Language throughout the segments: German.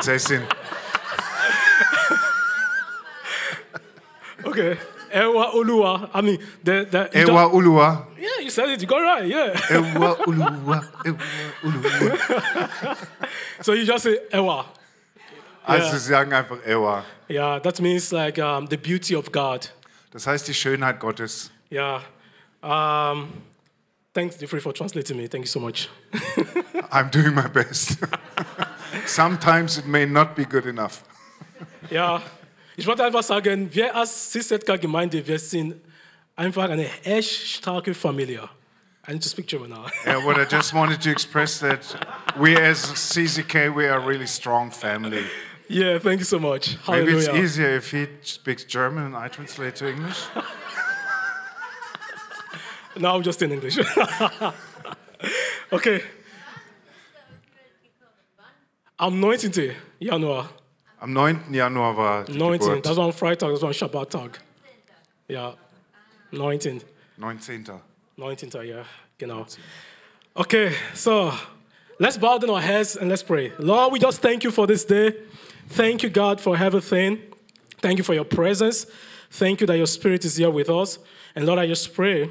Prinzessin. Okay. Ewa Olua. I mean, the, the, you don't- Ewa Ulua. yeah, you said it. You got it right. Yeah. Ewa Ulua. Ewa Ulua. so you just say Ewa. Also sie sagen einfach Ewa. Yeah, that means like um, the beauty of God. Das heißt die Schönheit Gottes. Yeah. Um, thanks, Jeffrey, for translating me. Thank you so much. I'm doing my best. Sometimes it may not be good enough. Ja, ich wollte einfach sagen, wir als CZK-Gemeinde, wir sind einfach eine echt starke Familie. I need to speak German now. Yeah, what I just wanted to express that we as CZK we are a really strong family. Yeah, thank you so much. Maybe it's Hallelujah. easier if he speaks German and I translate to English. Now I'm just in English. okay, am 19. Januar. Am 9. Januar war die 19. Das Geburt. war ein Freitag, das war ein Schabbattag. Ja, 19. 19. 19. Ja, genau. Okay, so let's bow down our heads and let's pray. Lord, we just thank you for this day. Thank you, God, for everything. Thank you for your presence. Thank you that your spirit is here with us. And Lord, I just pray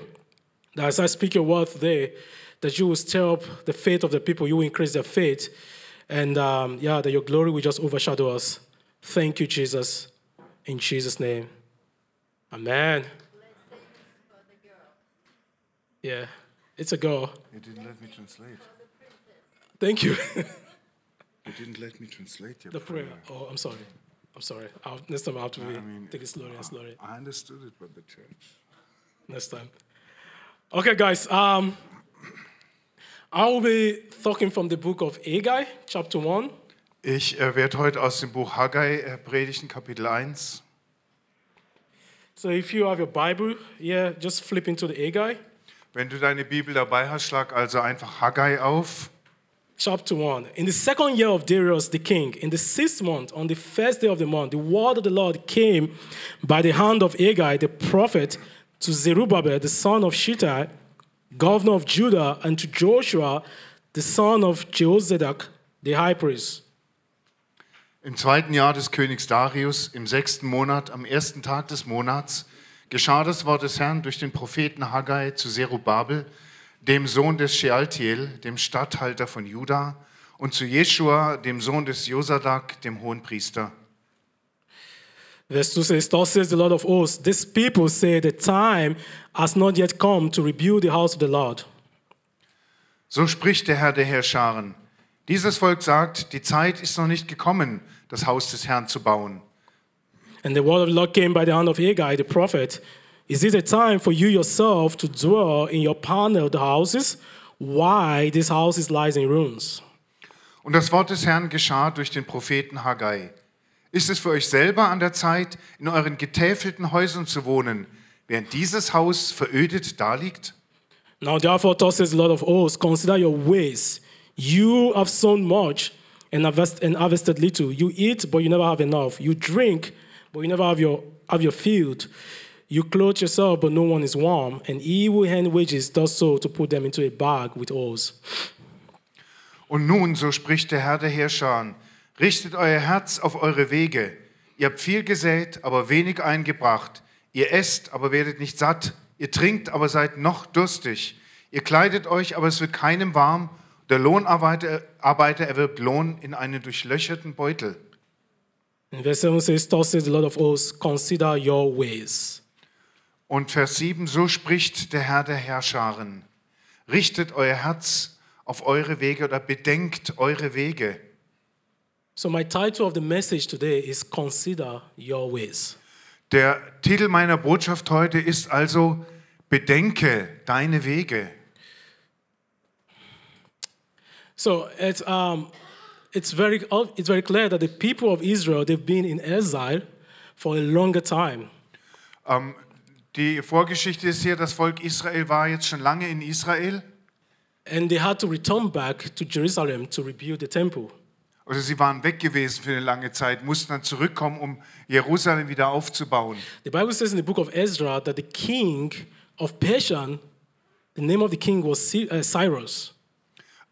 that as I speak your word today, that you will stir up the faith of the people, you will increase their faith, and um, yeah, that your glory will just overshadow us. Thank you, Jesus. In Jesus' name. Amen. Yeah, it's a go. You didn't let me translate. Thank you. You didn't let me translate your the prayer. Oh, I'm sorry. I'm sorry. I'll, next time I uh, have to be, mean, take it slowly and slowly. I understood it, but the church. next time. Okay, guys. Um, I will be talking from the book of Agai, chapter one. Ich äh, werde heute aus dem Buch Haggai äh, predigen, Kapitel 1. So if you have your Bible, yeah, just flip into the Agai, Wenn du deine Bibel dabei hast, schlag also einfach Haggai auf. chapter one. In the second year of Darius the king, in the sixth month, on the first day of the month, the word of the Lord came by the hand of Agai the prophet to Zerubbabel the son of Shittai, governor of Judah, and to Joshua the son of Jehozadak the high priest. Im zweiten Jahr des Königs Darius, im sechsten Monat, am ersten Tag des Monats, geschah das Wort des Herrn durch den Propheten Haggai zu Zerubabel, dem Sohn des Shealtiel, dem Statthalter von Juda, und zu Jeschua, dem Sohn des Josadak, dem Hohenpriester. Verse 2 says, Thus says the Lord of hosts, these people say the time has not yet come to rebuild the house of the Lord. So spricht der Herr der Herrscharen. Dieses Volk sagt, die Zeit ist noch nicht gekommen, das Haus des Herrn zu bauen. And the word of the Lord came by the hand of Haggai the prophet. Is it a time for you yourself to dwell in your paneled houses? Why these houses lies in ruins? Und das Wort des Herrn geschah durch den Propheten Haggai. Ist es für euch selber an der Zeit, in euren getäfelten Häusern zu wohnen, während dieses Haus verödet daliegt? Now therefore, thus says the Lord of hosts, consider your ways. You have sown much and, harvest, and harvested little. You eat, but you never have enough. You drink, but you never have your, have your field. You clothe yourself, but no one is warm. And he who hand wages does so to put them into a bag with oars. Und nun, so spricht der Herr der Herrscher, richtet euer Herz auf eure Wege. Ihr habt viel gesät, aber wenig eingebracht. Ihr esst, aber werdet nicht satt. Ihr trinkt, aber seid noch durstig. Ihr kleidet euch, aber es wird keinem warm. Der Lohnarbeiter Arbeiter erwirbt Lohn in einen durchlöcherten Beutel. And verse 7 says, Thus says the Lord of hosts, consider your ways. Und Vers 7, so spricht der Herr der Herrscharen. Richtet euer Herz auf eure Wege oder bedenkt eure Wege. So, my title of the message today is Consider Your Ways. Der Titel meiner Botschaft heute ist also Bedenke deine Wege. So it's um, it's very it's very clear that the people of Israel they've been in exile for a longer time. Ähm, Die Vorgeschichte ist hier, das Volk Israel war jetzt schon lange in Israel. And they had to return back to Jerusalem to rebuild the temple. Also sie waren weg gewesen für eine lange Zeit, mussten dann zurückkommen, um Jerusalem wieder aufzubauen. The Bible says in the book of Ezra that the king of Persia, the name of the king was Cy- uh, Cyrus.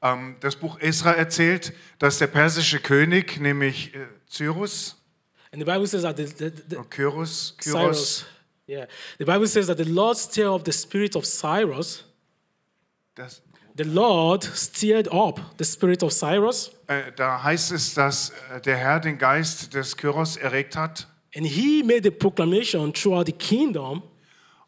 Ähm, das Buch Esra erzählt, dass der persische König, nämlich äh, Cyrus, And the Bible says that the, the, the Kyros, Kyros, Cyrus, yeah, the Bible says that the Lord stirred up the spirit of Cyrus. das, The Lord stirred up the spirit of Cyrus, äh, da heißt es, dass äh, der Herr den Geist des Kyros erregt hat and he made a proclamation throughout the kingdom.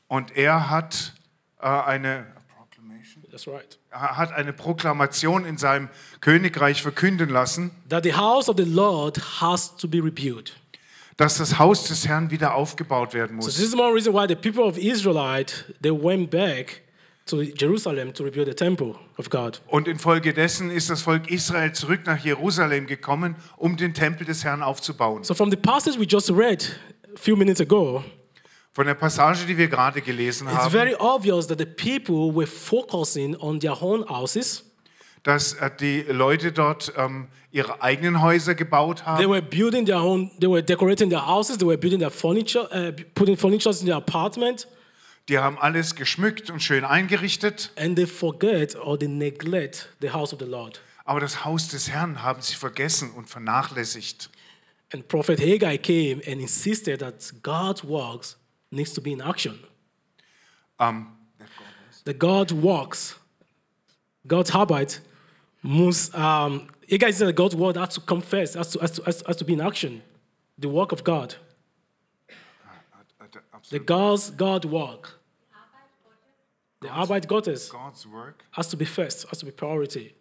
und er hat äh, eine Proclamation? That's right. Er hat eine Proklamation in seinem Königreich verkünden lassen, That the house of the Lord has to be rebuilt. dass das Haus des Herrn wieder aufgebaut werden So muss. this is one reason why the people of Israelite they went back to Jerusalem to rebuild the temple of God. Und infolgedessen ist das Volk Israel zurück nach Jerusalem gekommen, um den Tempel des Herrn aufzubauen. So from the passage we just read a few minutes ago, Von der Passage, die wir gerade gelesen it's haben, very obvious that the people were focusing on their own houses. dass äh, die Leute dort ähm, ihre eigenen Häuser gebaut They haben. were building their own. They were decorating their houses. They were building their furniture, uh, putting furniture in their apartment, Die haben alles geschmückt und schön eingerichtet, and they forget or they neglect the house of the Lord. aber das Haus des Herrn haben sie vergessen und vernachlässigt. And Prophet Haggai came and insisted that God's works needs to be in action. Ähm, The God works, God's habit must. Um, Haggai said that God's word has to confess, has to, has to, has to, has to be in action. The work of God, the God's God work, the Arbeit Gottes God's work. has to be first, has to be priority.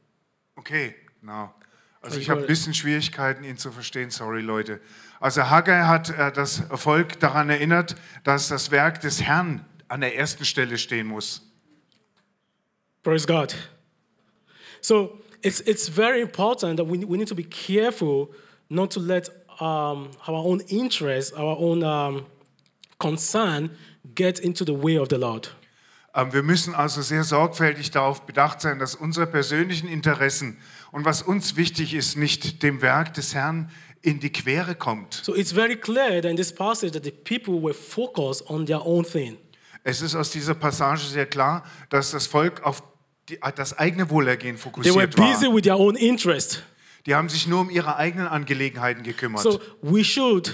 Okay, genau. Also Also ich habe ein ich- bisschen Schwierigkeiten, ihn zu verstehen, sorry Leute. Also Haggai hat äh, das Volk daran erinnert, dass das Werk des Herrn an der ersten Stelle stehen muss. Praise God. So it's, it's very important that we, we need to be careful not to let um, our own interests, our own um, concern get into the way of the Lord. Ähm, wir müssen also sehr sorgfältig darauf bedacht sein, dass unsere persönlichen Interessen und was uns wichtig ist, nicht dem Werk des Herrn in die Quere kommt. So it's very clear that in this passage that the people were focused on their own thing. Es ist aus dieser Passage sehr klar, dass das Volk auf die, äh, das eigene Wohlergehen They were fokussiert busy war. with their own interest. Die haben sich nur um ihre eigenen Angelegenheiten gekümmert. So we should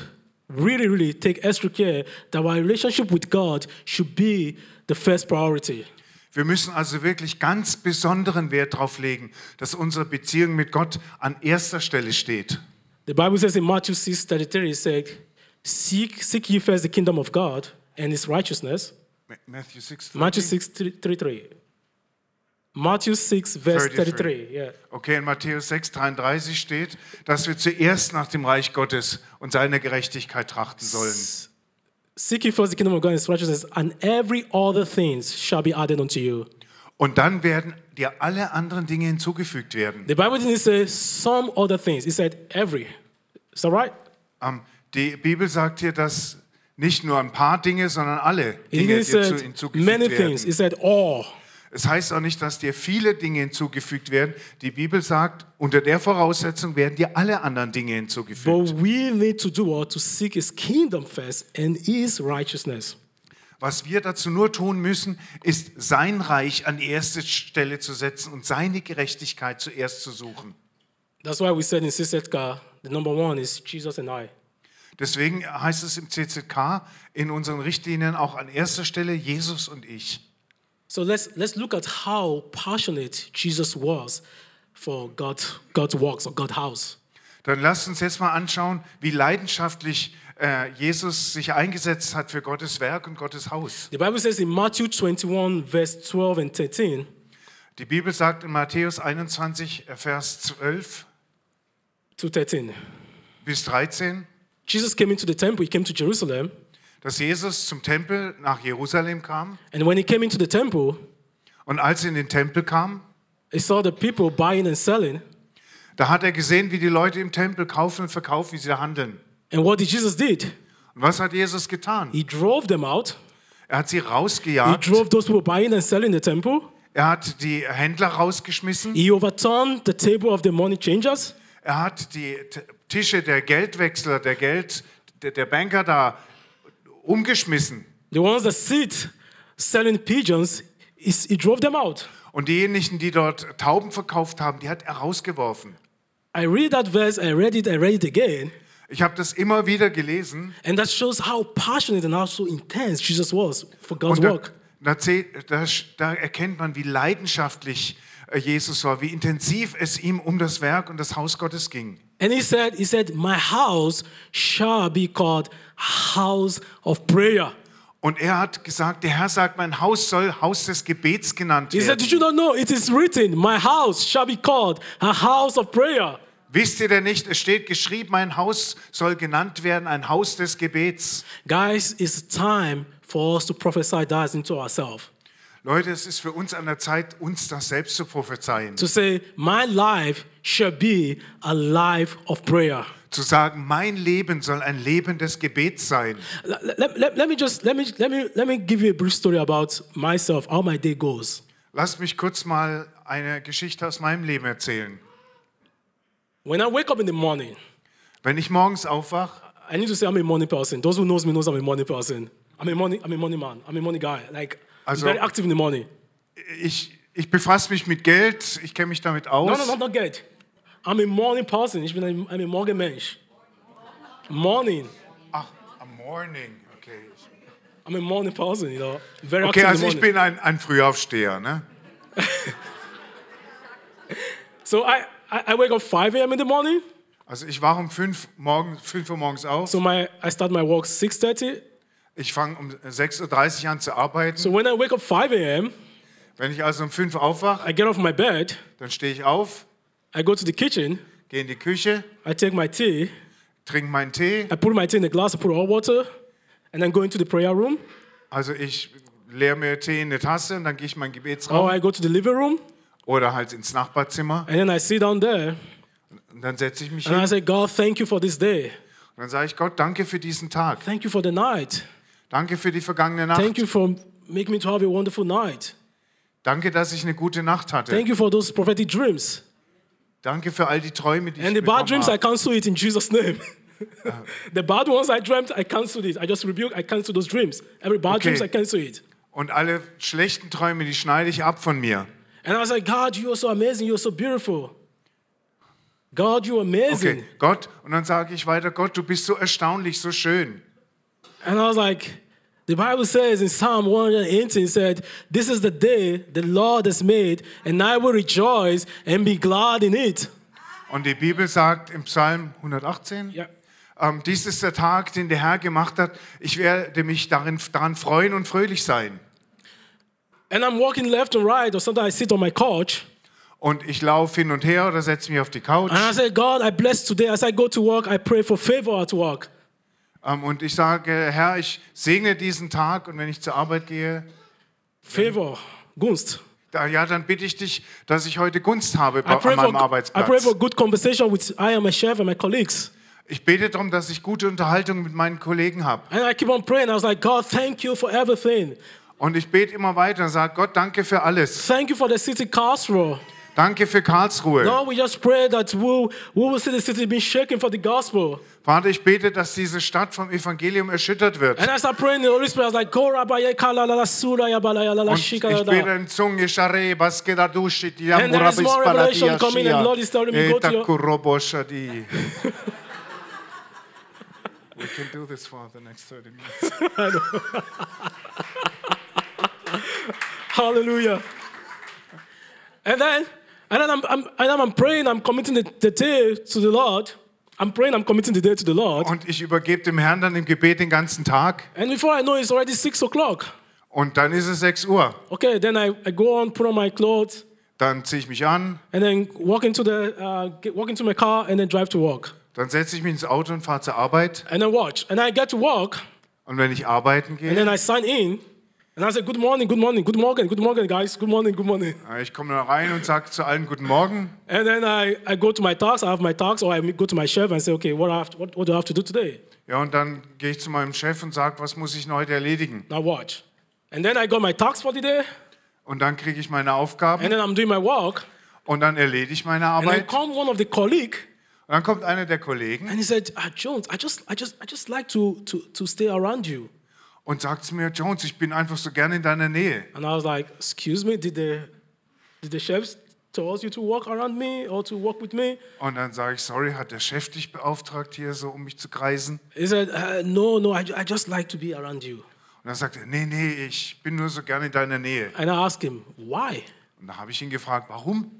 really, really take extra care that our relationship with God should be the first priority. Wir müssen also wirklich ganz besonderen Wert darauf legen, dass unsere Beziehung mit Gott an erster Stelle steht. The Bible says in Matthew 6 33, it said, Seek, seek ye first the kingdom of God and his righteousness. Ma- Matthew 6, Matthew 6 33. Matthew 6, verse 33. 33. Yeah. Okay, in Matthäus 6, 33 steht, dass wir zuerst nach dem Reich Gottes und seiner Gerechtigkeit trachten sollen. Seek ye first the kingdom of God and his righteousness, and every other things shall be added unto you. Und dann werden dir alle anderen Dinge hinzugefügt werden. The Bible didn't say some other things, it said every. Is that right? Ähm, die Bibel sagt hier, dass nicht nur ein paar Dinge, sondern alle It Dinge didn't dir zu, say hinzugefügt many werden. things, it said all. Es heißt auch nicht, dass dir viele Dinge hinzugefügt werden. Die Bibel sagt, unter der Voraussetzung werden dir alle anderen Dinge hinzugefügt. But we need to do what? To seek his kingdom first and his righteousness. Was wir dazu nur tun müssen, ist sein Reich an die erste Stelle zu setzen und seine Gerechtigkeit zuerst zu suchen. That's why we said in Sisetka, the number one is Jesus and I. Deswegen heißt es im CZK in unseren Richtlinien auch an erster Stelle Jesus und ich. So let's let's look at how passionate Jesus was for God God's works or God's house. Dann lasst uns jetzt mal anschauen, wie leidenschaftlich äh, Jesus sich eingesetzt hat für Gottes Werk und Gottes Haus. The Bible says in Matthew 21, verse 12 and 13, Die Bibel sagt in Matthäus 21, äh, Vers 12 to 13. bis 13, Jesus came into the temple, he came to Jerusalem, dass Jesus zum Tempel nach Jerusalem kam. and when he came into the temple, Und als er in den Tempel kam, he saw the people buying and selling. da hat er gesehen, wie die Leute im Tempel kaufen und verkaufen, wie sie da handeln. And what did Jesus did? Und was hat Jesus getan? He drove them out. Er hat sie He rausgejagt. drove those people buying and selling the temple. Er hat die Händler rausgeschmissen. He overturned the table of the money changers. Er hat die T- Tische der Geldwechsler, der Geld, der, der Banker da umgeschmissen. The ones that sit selling pigeons, he, he drove them out. Und diejenigen, die dort Tauben verkauft haben, die hat er rausgeworfen. I read that verse, I read it, I read it again, Ich habe das immer wieder gelesen and that shows how passionate and how so intense Jesus was for God's und da, work. da, zäh- da, da erkennt man, wie leidenschaftlich äh, Jesus war, wie intensiv es ihm um das Werk und das Haus Gottes ging. And he said, he said, my house shall be called house of prayer. Und er hat gesagt, der Herr sagt, mein Haus soll Haus des Gebets genannt He said, did werden. you not know it is written, my house shall be called a house of prayer. Wisst ihr denn nicht, es steht geschrieben, mein Haus soll genannt werden, ein Haus des Gebets. Guys, it's time for us to prophesy that into ourselves. Leute, es ist für uns an der Zeit, uns das selbst zu prophezeien. To say, my life shall be a life of prayer. Zu sagen, mein Leben soll ein Leben des Gebets sein. Let, let- let- let me just let me let me let me give you a brief story about myself, how my day goes. Lasst mich kurz mal eine Geschichte aus meinem Leben erzählen. When I wake up in the morning, Wenn ich morgens aufwache, I need to say I'm a morning person. Those who knows me knows I'm a morning person. I'm a morning I'm a morning man. I'm a morning guy. Like I'm Also- very active in the morning. ich, ich befasse mich mit Geld, ich kenne mich damit No, aus. no, no, not good. I'm a morning person. Ich bin ein, I'm a morgen Mensch. Morning. Ach, am Morning, okay. I'm a morning person, you know. Very Okay, active also in the ich morning. bin ein, ein Frühaufsteher, ne? So I, I, I wake up 5 a.m. in the morning. Also ich wache um 5 morgen, 5 Uhr morgens auf. So my I start my work 6:30. Ich fange um 6.30 Uhr an zu arbeiten. So when I wake up 5 a.m., Wenn ich also um 5 Uhr aufwache, I get off my bed, dann stehe ich auf, I go to the kitchen, gehe in die Küche, I take my tea, trinke meinen Tee. I put my tea in the glass, I put hot water, and then go into the prayer room. Also ich leere mir Tee in eine Tasse und dann gehe ich in meinen Or Gebetsraum I go to the living room, oder halt ins Nachbarzimmer and then I sit down there, und dann setze ich mich and hin I say, God, thank you for this day. und dann sage ich Gott, danke für diesen Tag. Thank you for the night. Danke für die vergangene Nacht. Thank you for making me to have a wonderful night. Danke, dass ich eine gute Nacht hatte. Thank you for those prophetic dreams. Danke für all die Träume, die ich And the bad bekommen dreams, I habe. cancel it in Jesus' name. the bad ones I dreamt, I cancel it. I just rebuke, I cancel those dreams. Every bad Okay. dreams, I cancel it. Und alle schlechten Träume, die schneide ich ab von mir. And I was like, God, you are so amazing. You are so beautiful. God, you are amazing. Okay, Gott. Und dann sage ich weiter, Gott, du bist so erstaunlich, so schön. And I was like, the Bible says in Psalm 118, it said, This is the day the Lord has made, and I will rejoice and be glad in it. Und die Bibel sagt im Psalm 118, Ja. ähm, dies ist der Tag, den der Herr gemacht hat. Ich werde mich darin, daran freuen und fröhlich sein. And I'm walking left and right, or sometimes I sit on my couch. Und ich laufe hin und her oder setze mich auf die Couch. And I say, God, I bless today. As I go to work, I pray for favor at work. Ähm, und ich sage, Herr, ich segne diesen Tag. Und wenn ich zur Arbeit gehe, Favor, gunst. da, ja, dann bitte ich dich, dass ich heute Gunst habe bei, I pray, an meinem for, I Arbeitsplatz. pray for good conversation with I and my chef and my colleagues. Ich bete darum, dass ich gute Unterhaltung mit meinen Kollegen habe. And I keep on praying. I was like, God, thank you for everything. Und ich bete immer weiter und sage, Gott, danke für alles. Thank you for the city Castro. Danke für Karlsruhe. Lord, we just pray that we'll, we will see the city being shaken for the gospel. Vater, ich bete, dass diese Stadt vom Evangelium erschüttert wird. And as I pray in the Holy Spirit, I was like, Go Rabaya Kala la la Sura ya bala ya la la Und ich shika la bete la. in Zunge, Share, Baskeda, Dushi, And there is more revelation coming, and Lord is telling me, go to your- Kuroboshadi. We can do this for the next 30 minutes. Hallelujah. And then, and then I'm, I'm, and then I'm praying, I'm committing the, the day to the Lord. I'm praying, I'm committing the day to the Lord. Und ich übergebe dem Herrn dann im Gebet den ganzen Tag. And before I know, it's already six o'clock. Und dann ist es 6 Uhr. Okay, then I, I go on, put on my clothes, Dann ziehe ich mich an, and then walk into the uh, get, walk into my car, and then drive to work, dann setze ich mich ins Auto und fahre zur Arbeit. and then watch. And I get to work, Und wenn ich arbeiten and gehe, then I sign in, and I say, "Good morning, good morning, good morning, good morning, guys, good morning, good morning." ich komme da rein und sage zu allen guten Morgen. And then I, I go to my task, I have my task, or I go to my chef and say, "Okay, what I have to, what, what do I have to do today?" Ja, und dann gehe ich zu meinem Chef und sage, was muss ich denn heute erledigen? Now watch. And then I got my tax for the day, Und dann kriege ich meine Aufgaben and then I'm doing my work. und dann erledige ich meine And then Arbeit. come one of the colleague, Und dann kommt einer der Kollegen and he said, ah, Jones, I just, I just, I just like to, to, to stay around you. und sagt zu mir, Jones, ich bin einfach so gerne in deiner Nähe. And I was like, excuse me, did the Did the chef tell you to walk around me or to walk with me? Und dann sage ich, sorry, hat der Chef dich beauftragt, hier so um mich zu kreisen? He said, uh, No, no, I, ju- I just like to be around you. Und dann sagt er, nee, nee, ich bin nur so gerne in deiner Nähe. And I asked him, Why? Und da habe ich ihn gefragt, warum?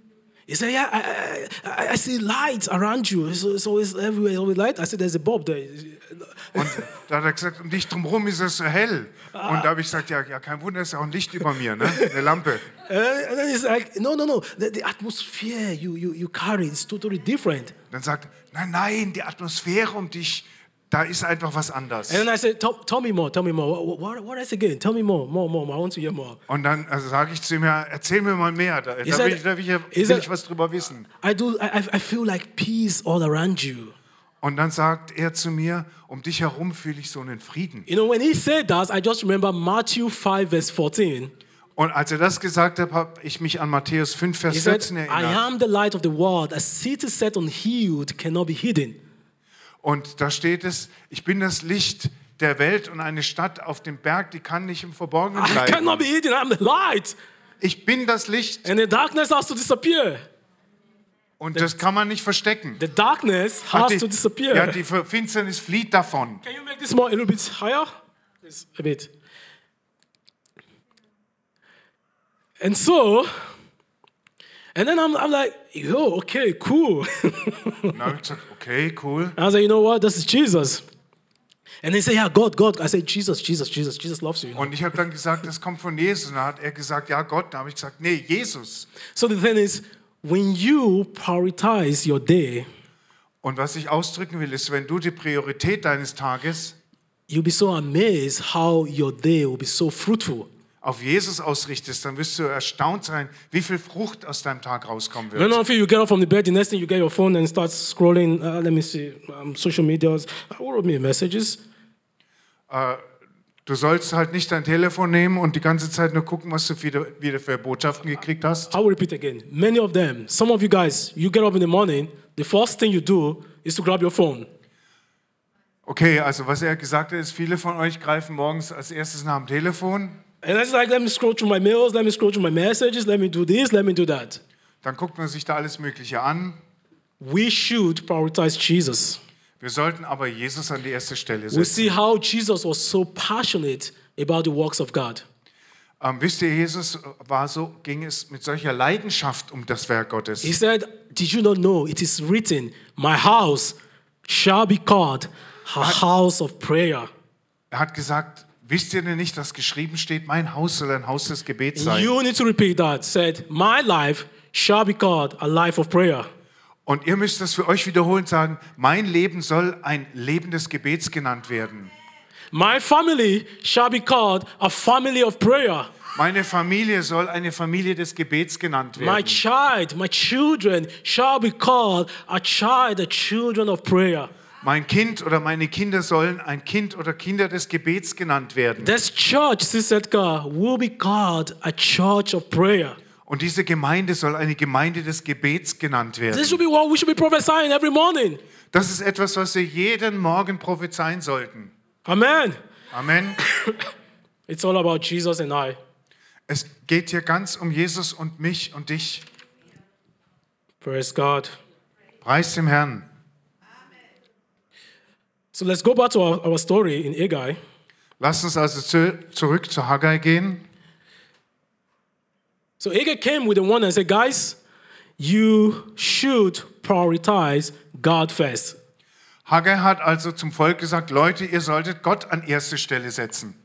He said, Yeah, I, I- I, I see lights around you. It's, it's always everywhere, it's always light. I said, There's a bulb there. Und da hat er gesagt, um dich drumherum ist es so hell. Und da habe ich gesagt, ja, ja, kein Wunder, ist ja auch ein Licht über mir, ne? eine Lampe. Uh, and then he's like, No, no, no. The, the atmosphere you, you, you carry is totally different. Dann sagt er, nein, nein, die Atmosphäre um dich, da ist einfach was anders. And then I said, Tell, tell me more, tell me more. What, what, what else again? Tell me more, more, more. more. I want to hear more. Und dann also sage ich zu ihm, ja, erzähl mir mal mehr, da, da, Ist will, er- ich, da will, ich, ist will er- ich was drüber wissen. I do. I, I- I feel like peace all around you. Und dann sagt er zu mir, um dich herum fühle ich so einen Frieden. You know, when he said that, I just remember Matthew 5, verse 14. Und als er das gesagt hat, habe ich mich an Matthäus 5, He Vers said, 14 I erinnert. am the light of the world. A city set on hill cannot be hidden. Und da steht es, ich bin das Licht der Welt und eine Stadt auf dem Berg, die kann nicht im Verborgenen I bleiben. cannot be hidden. I'm the light. Ich bin das Licht And the darkness has to disappear. und das kann man nicht verstecken. The darkness Hat has die, to disappear. ja, die Ver- Finsternis flieht davon. Can you make this more a little bit higher? Yes, a bit. And so, and then I'm, I'm like, yo, okay, cool. Und dann habe ich gesagt, okay, cool. I was like, you know what? This is Jesus. And they say, yeah, God, God. I said, Jesus, Jesus, Jesus, Jesus loves you. Und ich habe dann gesagt, das kommt von Jesus. Und dann hat er gesagt, ja Gott. Dann habe ich gesagt, nee, Jesus. So the thing is, when you prioritize your day, Und was ich ausdrücken will, ist, wenn du die Priorität deines Tages you'll be so amazed how your day will be so fruitful. auf Jesus ausrichtest, dann wirst du erstaunt sein, wie viel Frucht aus deinem Tag rauskommen wird. None of you, you get up from the bed, the next thing you get your phone and start scrolling. Uh, let me see, um, social medias. Uh, What wrote me messages? Du sollst halt nicht dein Telefon nehmen und die ganze Zeit nur gucken, was du wieder, wieder für Botschaften gekriegt hast. I will repeat again. Many of them, some of you guys, you get up in the morning, the first thing you do is to grab your phone. Okay, also was er gesagt hat, ist, viele von euch greifen morgens als erstes nach dem Telefon, And it's like, let me scroll through my mails, let me scroll through my messages, let me do this, let me do that. dann guckt man sich da alles Mögliche an. We should prioritize Jesus. Wir sollten aber Jesus an die erste Stelle We setzen. see how Jesus was so passionate about the works of God. Ähm, wisst ihr, Jesus war so, ging es mit solcher Leidenschaft um das Werk He Gottes. said, Did you not know it is written, My house shall be called a house of prayer? Er hat gesagt, wisst ihr denn nicht, dass geschrieben steht, mein Haus soll ein Haus des Gebets sein? You need to repeat that. Said, My life shall be called a life of prayer. Und ihr müsst das für euch wiederholen und sagen, mein Leben soll ein Leben des Gebets genannt werden. My family shall be called a family of prayer. Meine Familie soll eine Familie des Gebets genannt My werden. child, my children shall be called a child, the children of prayer. Mein Kind oder meine Kinder sollen ein Kind oder Kinder des Gebets genannt werden. This church, Sisetka, will be called a church of prayer. Und diese Gemeinde soll eine Gemeinde des Gebets genannt This werden. should be what we should be prophesying every morning. Das ist etwas, was wir jeden Morgen prophezeien sollten. Amen. Amen. It's all about Jesus and I. Es geht hier ganz um Jesus und mich und dich. Praise God. Preis dem Herrn. So let's go back to our, our story in Agai. Lasst uns also zu, zurück zu Haggai gehen. So Agai came with the one and said, Guys, you should prioritize God first. Haggai hat also zum Volk gesagt, Leute, ihr solltet Gott an erste Stelle setzen.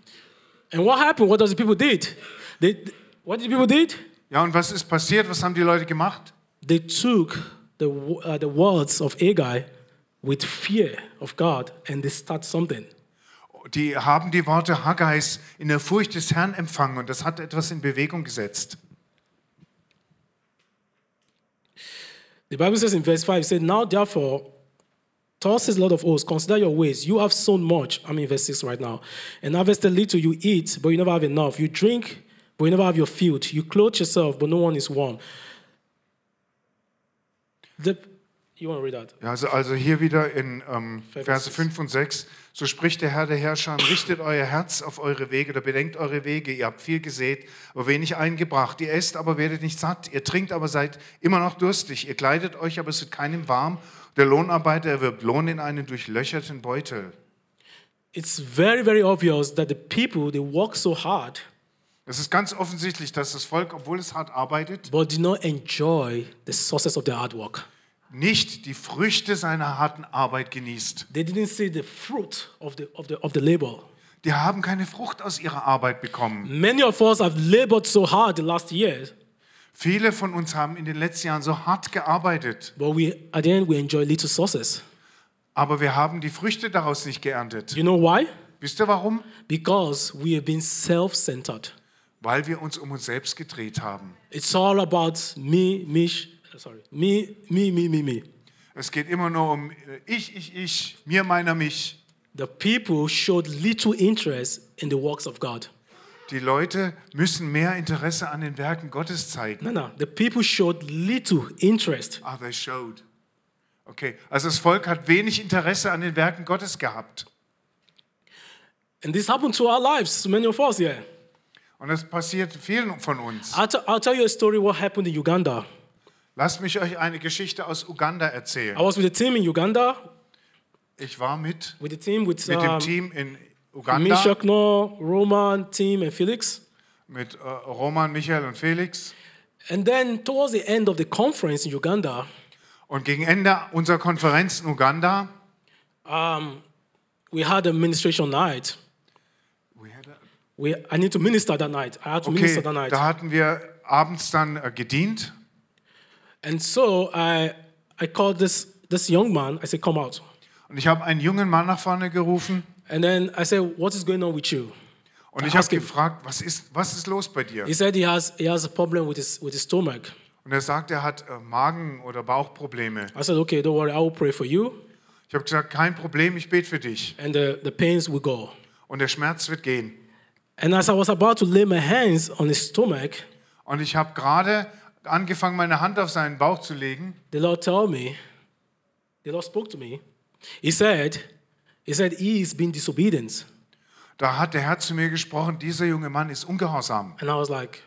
And what happened? What does the people did? They, what did the people did? Ja, und was ist passiert? Was haben die Leute gemacht? They took the, wo- uh, the words of Agai with fear of God and they start something. Die haben die Worte Haggais in der Furcht des Herrn empfangen und das hat etwas in Bewegung gesetzt. The Bible says in verse 5, it said, Now therefore, thus says Lord of hosts, consider your ways. You have sown much. I'm in verse 6 right now. And harvested little. You eat, but you never have enough. You drink, but you never have your field. You clothe yourself, but no one is warm. The, You want to read that? Ja, also, also hier wieder in ähm, Vers Verse sechs. 5 und 6. So spricht der Herr der Herrscher, richtet euer Herz auf eure Wege oder bedenkt eure Wege. Ihr habt viel gesät, aber wenig eingebracht. Ihr esst, aber werdet nicht satt. Ihr trinkt, aber seid immer noch durstig. Ihr kleidet euch, aber es wird keinem warm. Der Lohnarbeiter erwirbt Lohn in einen durchlöcherten Beutel. It's very, very obvious that the people, they work so hard, Es ist ganz offensichtlich, dass das Volk, obwohl es hart arbeitet, but do not enjoy the success of their hard work. nicht die Früchte seiner harten Arbeit genießt. They didn't see the fruit of the, of the, of the labor. Die haben keine Frucht aus ihrer Arbeit bekommen. Many of us have labored so hard the last year, Viele von uns haben in den letzten Jahren so hart gearbeitet. but we, at the end, we enjoy little success. Aber wir haben die Früchte daraus nicht geerntet. You know why? Wisst ihr warum? Because we have been self centered. Weil wir uns um uns selbst gedreht haben. It's all about me, me, sh- sorry, me, me, me, me, me. Es geht immer nur um äh, ich, ich, ich, mir, meiner, mich. The people showed little interest in the works of God. Die Leute müssen mehr Interesse an den Werken Gottes zeigen. No, no, the people showed little interest. Ah, they showed. Okay, also das Volk hat wenig Interesse an den Werken Gottes gehabt. And this happened to our lives, to many of us here. Und das passiert vielen von uns. I'll, t- I'll tell you a story what happened in Uganda. Lasst mich euch eine Geschichte aus Uganda erzählen. I was with a team in Uganda, Ich war mit, with a team with mit dem um, Team in Uganda, Mishak Noor, Roman, Team, and Felix. mit äh, Roman, Michael und Felix. And then towards the end of the conference in Uganda, Und gegen Ende unserer Konferenz in Uganda, um, we had a ministration night. We, I need to minister that night. I had to okay, minister that night. da hatten wir abends dann äh, gedient And so I, I called this, this young man. I said, come out. und ich habe einen jungen Mann nach vorne gerufen And then I said, what is going on with you? und ich habe Ask him. gefragt, was ist, was ist los bei dir? He said he has, he has a problem with his, with his stomach. Und er sagt, er hat äh, Magen- oder Bauchprobleme. I said, okay, don't worry, I will pray for you. Ich habe gesagt, kein Problem, ich bete für dich And the, the pains will go. und der Schmerz wird gehen. And as I was about to lay my hands on his stomach, Und ich habe gerade angefangen, meine Hand auf seinen Bauch zu legen. the Lord told me, the Lord spoke to me. He said, he said, he is being disobedient. Da hat der Herr zu mir gesprochen, dieser junge Mann ist ungehorsam. And I was like,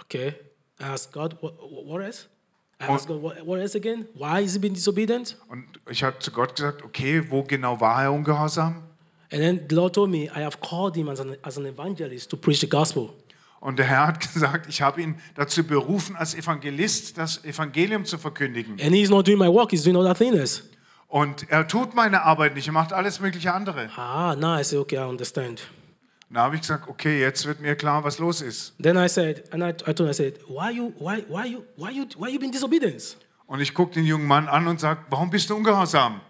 okay. I asked God, what, what else? I Oh. asked God, what, what else again? Why is he being disobedient? Und ich habe zu Gott gesagt, okay, wo genau war er ungehorsam? And then the Lord told me, I have called him as an, as an evangelist to preach the gospel. Und der Herr hat gesagt, ich habe ihn dazu berufen, als Evangelist das Evangelium zu verkündigen. And he's not doing my work, he's doing other things. Und er tut meine Arbeit nicht, er macht alles mögliche andere. Ah, now I say, okay, I understand. Und da habe ich gesagt, okay, jetzt wird mir klar, was los ist. Then I said, and I, I told him, I said, why you, why, why you, why you, why you being disobedient? Und ich gucke den jungen Mann an und sage, warum bist du ungehorsam?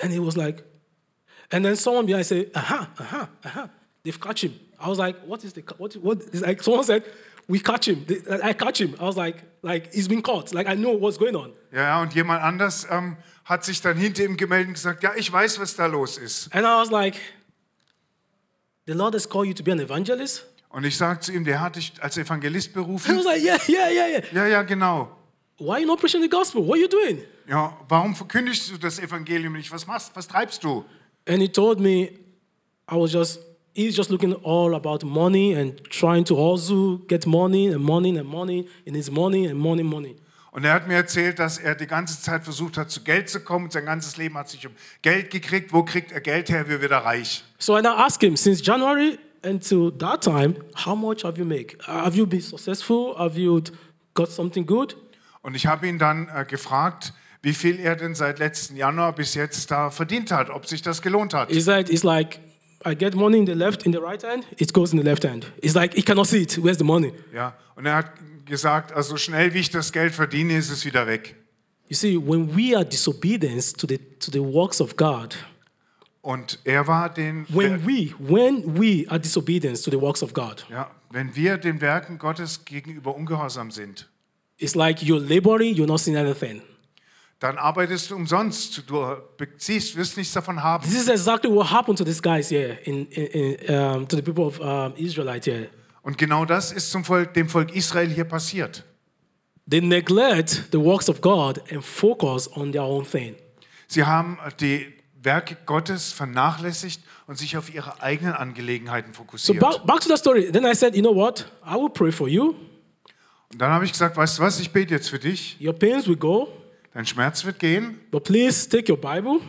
And he was like, and then someone behind said, aha, aha, aha, they've catch him. I was like, what is the, ca- what, what is like? Someone said, we catch him. They- I catch him. I was like, like he's been caught. Like I know what's going on. Ja, ja, und jemand anders ähm, hat sich dann hinter ihm gemeldet und gesagt, ja, ich weiß, was da los ist. And I was like, the Lord has called you to be an evangelist. Und ich sage zu ihm, der hat dich als Evangelist He berufen. was like, yeah, yeah, yeah, yeah. Ja, ja, genau. Why are you not preaching the gospel? What are you doing? Ja, warum verkündigst du das Evangelium nicht? Was machst, was treibst du? And he told me, I was just, he's just looking all about money and trying to also get money and money and money and his money and money, money. Und er hat mir erzählt, dass er die ganze Zeit versucht hat, zu Geld zu kommen. Sein ganzes Leben hat sich um Geld gekriegt. Wo kriegt er Geld her? Wie wird er reich? So and I asked him since January until that time, how much have you made? Uh, Have you been successful? Have you d- got something good? Und ich habe ihn dann äh, gefragt, wie viel er denn seit letzten Januar bis jetzt da verdient hat, ob sich das gelohnt hat. He said, it's like I get money in the left, in the right hand, it goes in the left hand. It's like he cannot see it. Where's the money? Ja. Und er hat gesagt, also so schnell wie ich das Geld verdiene, ist es wieder weg. You see, when we are disobedience to the to the works of God, Und er war den, when we when we are disobedience to the works of God, ja, wenn wir den Werken Gottes gegenüber ungehorsam sind, it's like you're laboring, you're not seeing anything. dann arbeitest du umsonst. Du beziehst, wirst nichts davon haben. This is exactly what happened to these guys here in, in, in um, to the people of um, Israelite here. Und genau das ist zum Volk, dem Volk Israel hier passiert. They neglect the works of God and focus on their own thing. Sie haben die Werke Gottes vernachlässigt und sich auf ihre eigenen Angelegenheiten So fokussiert. back, back to the story. Then I said, you know what? I will pray for you. Und dann habe ich gesagt, weißt du was, ich bete jetzt für dich. Your pains will go, Dein Schmerz wird gehen, but please take your Bible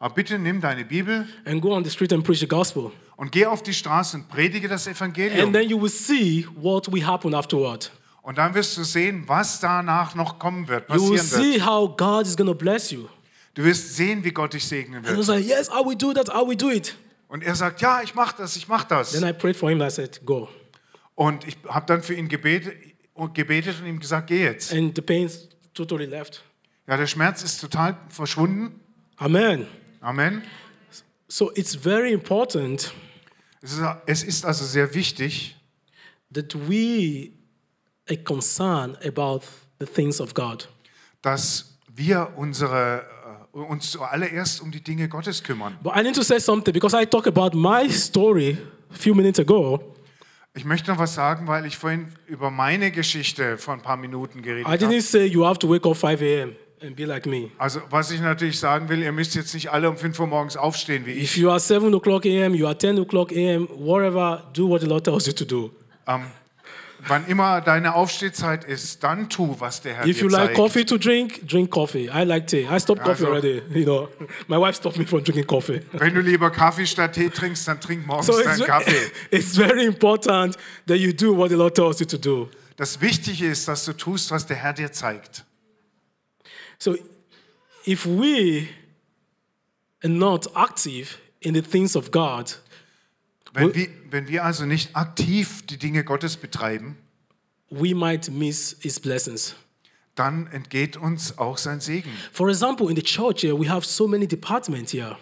aber bitte nimm deine Bibel and go on the street and preach the gospel. und geh auf die Straße und predige das And Evangelium. then you will see what will happen afterward. Und dann wirst du sehen, was danach noch kommen wird, You will passieren wird. see how God is going to bless you. Du wirst sehen, wie Gott dich segnen And I wird. was like, yes, I will do that. I will do it. Und er sagt, ja, ich mache das, ich mache das. Then I prayed for him. I said, go. Und ich habe dann für ihn gebetet und, gebetet und ihm gesagt, geh jetzt. And the pains totally left. Ja, der Schmerz ist total verschwunden. Amen. Amen. So it's very important Es ist, es ist also sehr wichtig, that we are concerned about the things of God. dass wir unsere, äh, uns zuallererst um die Dinge Gottes kümmern. But I need to say something because I talked about my story a few minutes ago. Ich möchte noch was sagen, weil ich vorhin über meine Geschichte vor ein paar Minuten geredet I habe. didn't say you have to wake up 5 a.m. and be like me. Also was ich natürlich sagen will, ihr müsst jetzt nicht alle um 5 Uhr morgens aufstehen wie ich. If you are 7 o'clock a.m., you are 10 o'clock a.m., whatever, do what the Lord tells you to do. Ähm, wann immer deine Aufstehzeit ist, dann tu, was der Herr If you dir like zeigt. coffee to drink, drink coffee. I like tea. I stopped coffee so- already. You know, my wife stopped me from drinking coffee. Wenn du lieber Kaffee statt Tee trinkst, dann trink morgens So it's, deinen Kaffee. it's very important that you do what the Lord tells you to do. Das Wichtige ist, dass du tust, was der Herr dir zeigt. So if we are not active in the things of God, Wenn wir, wenn wir also nicht aktiv die Dinge Gottes betreiben, we might miss his blessings. dann entgeht uns auch sein Segen. For example, in the church here, we have so many departments here.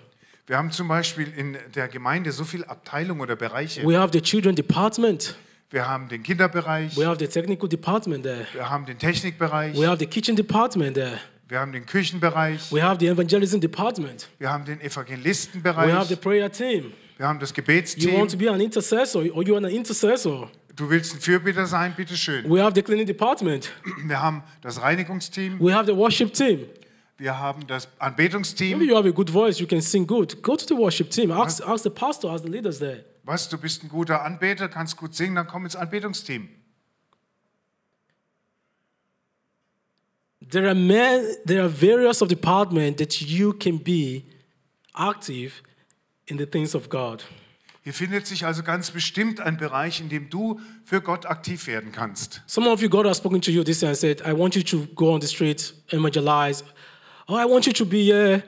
Wir haben zum Beispiel in der Gemeinde so viele Abteilungen oder Bereiche. We have the children department, Wir haben den Kinderbereich, we have the technical department there, wir haben den Technikbereich, we have the kitchen department there, wir haben den Küchenbereich, we have the evangelism department, wir haben den we have the Evangelistenbereich, prayer team. wir haben das You want to Gebetsteam. be an intercessor or you are an intercessor. Du willst ein Fürbitter sein, bitteschön. We have the cleaning department, Wir haben das Reinigungsteam, we have the worship team. wir haben das Anbetungsteam. Maybe you have a good voice, you can sing good. Go to the worship team, ask, ask the pastor, ask the leaders there. Was, du bist ein guter Anbeter, kannst gut singen, dann komm ins Anbetungsteam. There are men, there are various of departments that you can be active in the things of God. Hier findet sich also ganz bestimmt ein Bereich, in dem du für Gott aktiv werden kannst. Some of you, God has spoken to you this year and said, I want you to go on the street, evangelize. Oh, I want you to be here,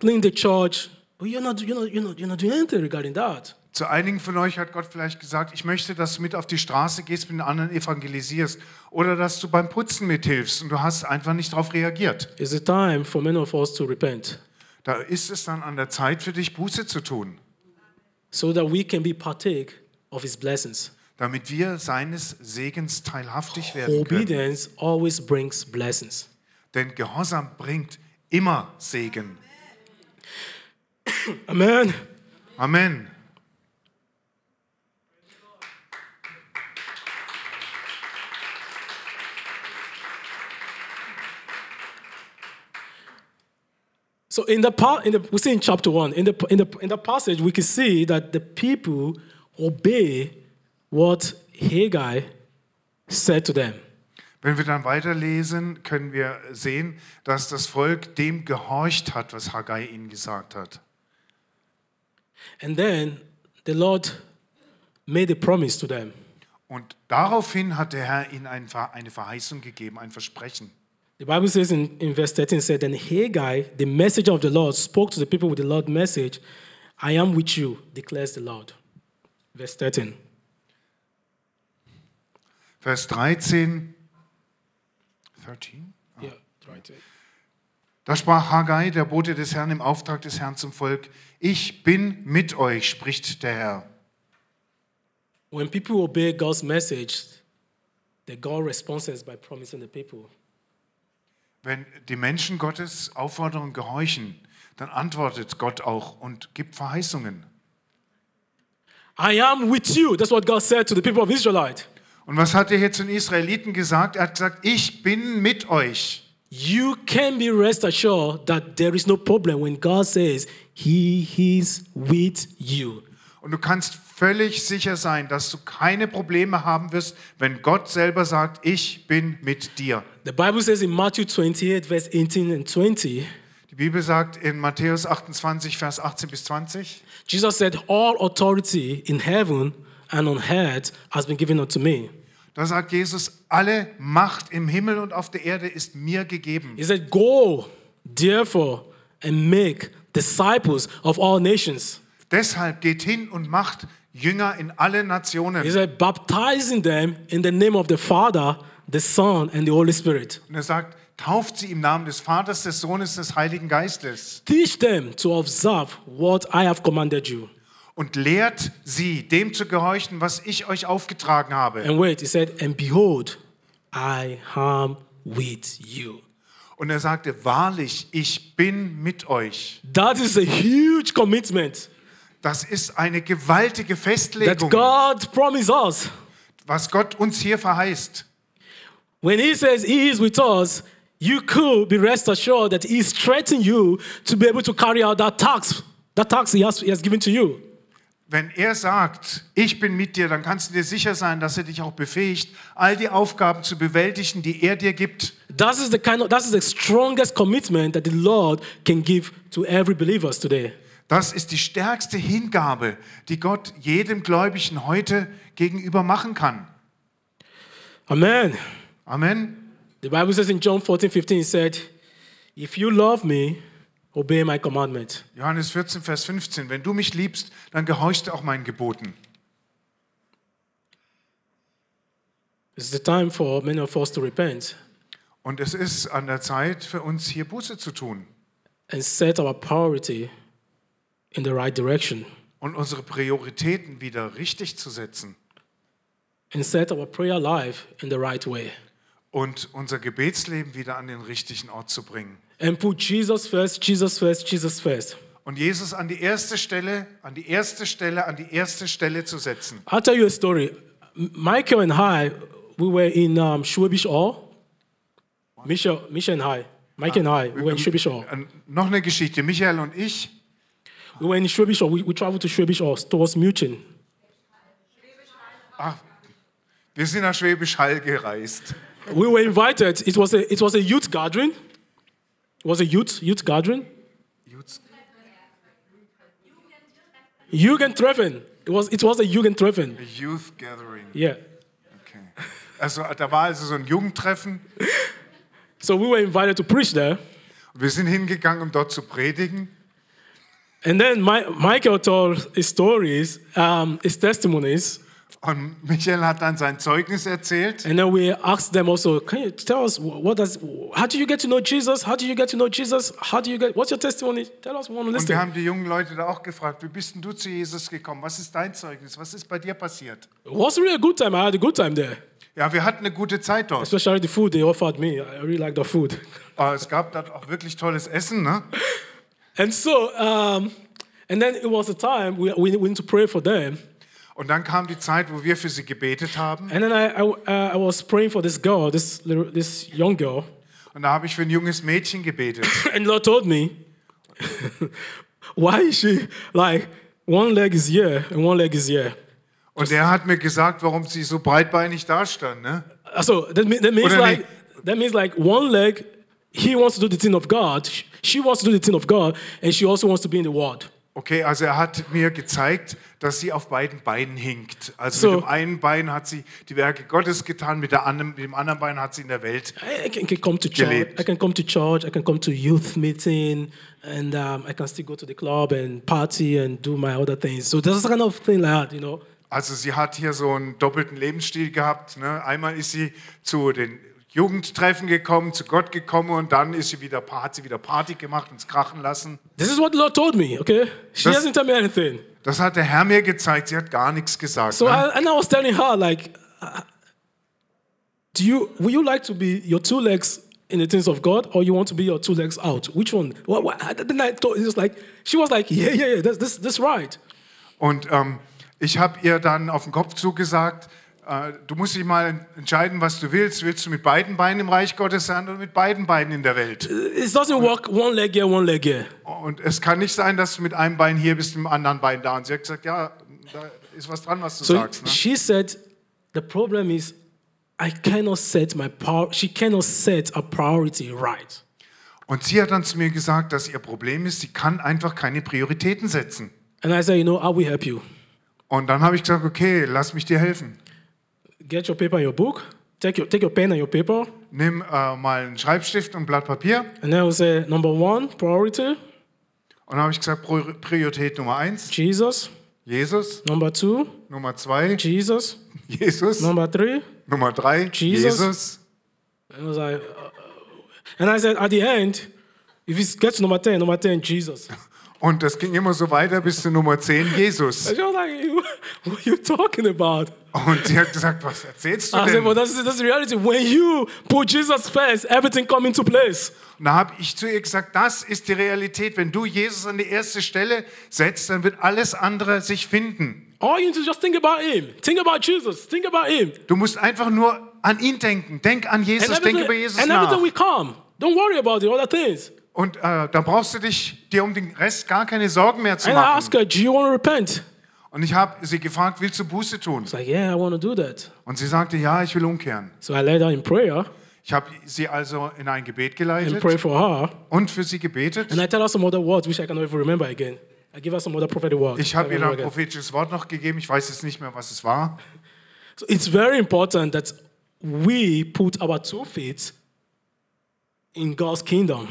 clean the church. But you're not, you're, not, you're, not, you're not doing anything regarding that. Zu einigen von euch hat Gott vielleicht gesagt, ich möchte, dass du mit auf die Straße gehst, mit den anderen evangelisierst oder dass du beim Putzen mithilfst und du hast einfach nicht darauf reagiert. It's a time for many of us to repent Da ist es dann an der Zeit für dich, Buße zu tun, so that we can be partake of his blessings. damit wir seines Segens teilhaftig werden können. Obedience always brings blessings. Denn Gehorsam bringt immer Segen. Amen. Amen. So in the part, in the, we see in chapter one, in the in the in the passage, we can see that the people obey what Haggai said to them. Wenn wir dann weiterlesen, können wir sehen, dass das Volk dem gehorcht hat, was Haggai ihnen gesagt hat. And then the Lord made a promise to them. Und daraufhin hat der Herr ihnen ein, Ver- eine Verheißung gegeben, ein Versprechen. The Bible says in, in verse 13 said, Then Haggai, the messenger of the Lord, spoke to the people with the Lord's message, I am with you, declares the Lord. Verse 13. Vers 13. 13? Yeah, right. Da sprach Haggai, der Bote des Herrn, im Auftrag des Herrn zum Volk: Ich bin mit euch, spricht der Herr. When people obey God's message, the God responds by promising the people. Wenn die Menschen Gottes Aufforderung gehorchen, dann antwortet Gott auch und gibt Verheißungen. I am with you. That's what God said to the people of Israelite. Und was hat er hier zu den Israeliten gesagt? Er hat gesagt: Ich bin mit euch. you can be rest assured that there is no problem when God says He is with you. Und du kannst völlig sicher sein, dass du keine Probleme haben wirst, wenn Gott selber sagt, ich bin mit dir. The Bible says in Matthew 28, verse 18 and 20, Die Bibel sagt in Matthäus 28, Vers 18 bis 20, Jesus said, All authority in heaven and on earth has been given unto me. da sagt Jesus, alle Macht im Himmel und auf der Erde ist mir gegeben. He said, Go, therefore, and make disciples of all nations. Deshalb geht hin und macht Jünger in alle He Nationen. said, baptizing them in the name of the Father, the Son, and the Holy Spirit. Und er sagt, tauft sie im Namen des Vaters, des Sohnes, des Heiligen Geistes Teach them to observe what I have commanded you. und lehrt sie, dem zu gehorchen, was ich euch aufgetragen habe. And wait, he said, And behold, I am with you. Und er sagte, wahrlich, ich bin mit euch. That is a huge commitment Das ist eine gewaltige that Festlegung, God promised us. was Gott uns hier verheißt. When He says He is with us, you could be rest assured that He is strengthening you to be able to carry out that task, that task He has, he has given to you. Wenn er sagt, ich bin mit dir, dann kannst du dir sicher sein, dass er dich auch befähigt, all die Aufgaben zu bewältigen, die er dir gibt. That is the kind of that is the strongest commitment that the Lord can give to every believers today. Das ist die stärkste Hingabe, die Gott jedem Gläubigen heute gegenüber machen kann. Amen. Amen. The Bible says in John 14, 15, it said, If you love me, obey my commandment. Johannes 14, Vers 15. Wenn du mich liebst, dann gehorchst du auch meinen Geboten. It's the time for many of us to repent Und es ist an der Zeit für uns, hier Buße zu tun and set our priority in the right direction und unsere Prioritäten wieder richtig zu setzen and set our prayer life in the right way und unser Gebetsleben wieder an den richtigen Ort zu bringen. and put Jesus first, Jesus first, Jesus first. Und Jesus an die erste Stelle, an die erste Stelle, an die erste Stelle zu setzen. I'll tell you a story. M- Michael and I, we were in um, Schwabisch Hall. Michel, Michel and I, Mike and Ah, I, we were in Schwabisch Hall. Ähm, Noch eine Geschichte. Michael und ich, We were in Schwabisch Hall. We, we traveled to Schwabisch Hall towards München. wir sind nach Schwäbisch Hall gereist. We were invited. It was a it was a youth gathering. It was a youth youth gathering. Jutz- Jugendtreffen. It was it was a Jugendtreffen. Youth Gathering. Yeah. Okay. Also da war also so ein Jugendtreffen. So we were invited to preach there. Wir sind hingegangen, um dort zu predigen. And then Mi- Michael told his stories, um, his testimonies, Und Michael hat dann sein Zeugnis erzählt. and then we asked them also, "Can you tell us wh- what does? How do you get to know Jesus? How do you get to know Jesus? How do you get? What's your testimony? Tell us. We want to Und listen." wir haben die jungen Leute da auch gefragt, wie bist denn du zu Jesus gekommen? Was ist dein Zeugnis? Was ist bei dir passiert? It was really a good time. I had a good time there, Ja, wir hatten eine gute Zeit dort. especially the food they offered me. I really liked the food. Aber es gab dort auch wirklich tolles Essen. Ne? And so, um, and then it was a time we, we, we need to pray for them. Und dann kam die Zeit, wo wir für sie gebetet haben. And then I, I, uh, I was praying for this girl, this, little, this young girl. Und da habe ich für ein junges Mädchen gebetet. And the Lord told me, why is she like one leg is here and one leg is here? Und er hat mir gesagt, warum sie so breitbeinig dastand. Ne? Uh, So that, mean- that means What do you like that means like one leg, he wants to do the thing of God, sh- she wants to do the thing of God, and she also wants to be in the world. Okay, also er hat mir gezeigt, dass sie auf beiden Beinen hinkt. Also So. mit dem einen Bein hat sie die Werke Gottes getan, mit, der anderen, mit dem anderen Bein hat sie in der Welt. I, I can, can come to church. Gelebt. I can come to church. I can come to youth meeting, and um, I can still go to the club and party and do my other things. So there's kind of thing like that, you know. Also sie hat hier so einen doppelten Lebensstil gehabt. Ne? Einmal ist sie zu den Jugendtreffen gekommen, zu Gott gekommen und dann ist sie wieder, hat sie wieder Party gemacht und es krachen lassen. This is what the Lord told me. Okay, she That's- hasn't told me anything. Das hat der Herr mir gezeigt, sie hat gar nichts gesagt. So ne? I, and I was telling her like, uh, do you would you like to be your two legs in the things of God, or you want to be your two legs out? Which one? What, what? Then I told, it was like she was like, yeah, yeah, yeah, that's this, this right. Und ähm, ich habe ihr dann auf den Kopf zugesagt, Äh, Du musst dich mal entscheiden, was du willst. Willst du mit beiden Beinen im Reich Gottes sein oder mit beiden Beinen in der Welt? It doesn't work one leg here, one leg here. Und es kann nicht sein, dass du mit einem Bein hier bist, mit dem anderen Bein da. Und sie hat gesagt, ja, da ist was dran, was du So sagst. Ne? she said, the problem is I cannot set my power, she cannot set a priority right. Und sie hat dann zu mir gesagt, dass ihr Problem ist, sie kann einfach keine Prioritäten setzen. And I said, you know, I will help you. Und dann habe ich gesagt, okay, lass mich dir helfen. Get your paper and your book, take your, take your pen and your paper. Nimm äh, mal einen Schreibstift und ein Blatt Papier. And then I will say, number one, priority, Und dann habe ich gesagt, Pro- Priorität Nummer eins, Jesus. Jesus. Number two, Nummer zwei, Jesus. Jesus. Number three. Nummer drei, Jesus. Jesus. And I was like, uh, uh, and I said, at the end, if it's get to number 10, number 10, Jesus. Und das ging immer so weiter bis zu Nummer zehn, Jesus. And she was like, "You- what are you talking about? Und sie hat gesagt, was erzählst du I said, well, denn? that's, that's the reality. When you put Jesus first, everything come into place. Und da habe ich zu ihr gesagt, das ist die Realität. Wenn du Jesus an die erste Stelle setzt, dann wird alles andere sich finden. All you need to just think about him. Think about Jesus. Think about him. Du musst einfach nur an ihn denken. Denk an Jesus, denk über Jesus and everything nach. will come. Don't worry about the other things. Und äh, da brauchst du dich dir um den Rest gar keine Sorgen mehr zu And I machen. asked her, do you want to repent? Und ich habe sie gefragt, willst du Buße tun? It's like, yeah, I want to do that. Und sie sagte, ja, ich will umkehren. So I led her in prayer Ich habe sie also in ein Gebet and geleitet prayed for her. und für sie gebetet. And I tell her some other words which I cannot even remember again. I give her some other prophetic words. Ich I habe ihr dann remember ein again. prophetisches Wort noch gegeben. Ich weiß jetzt nicht mehr, was es war. So it's very important that we put our two feet in God's kingdom.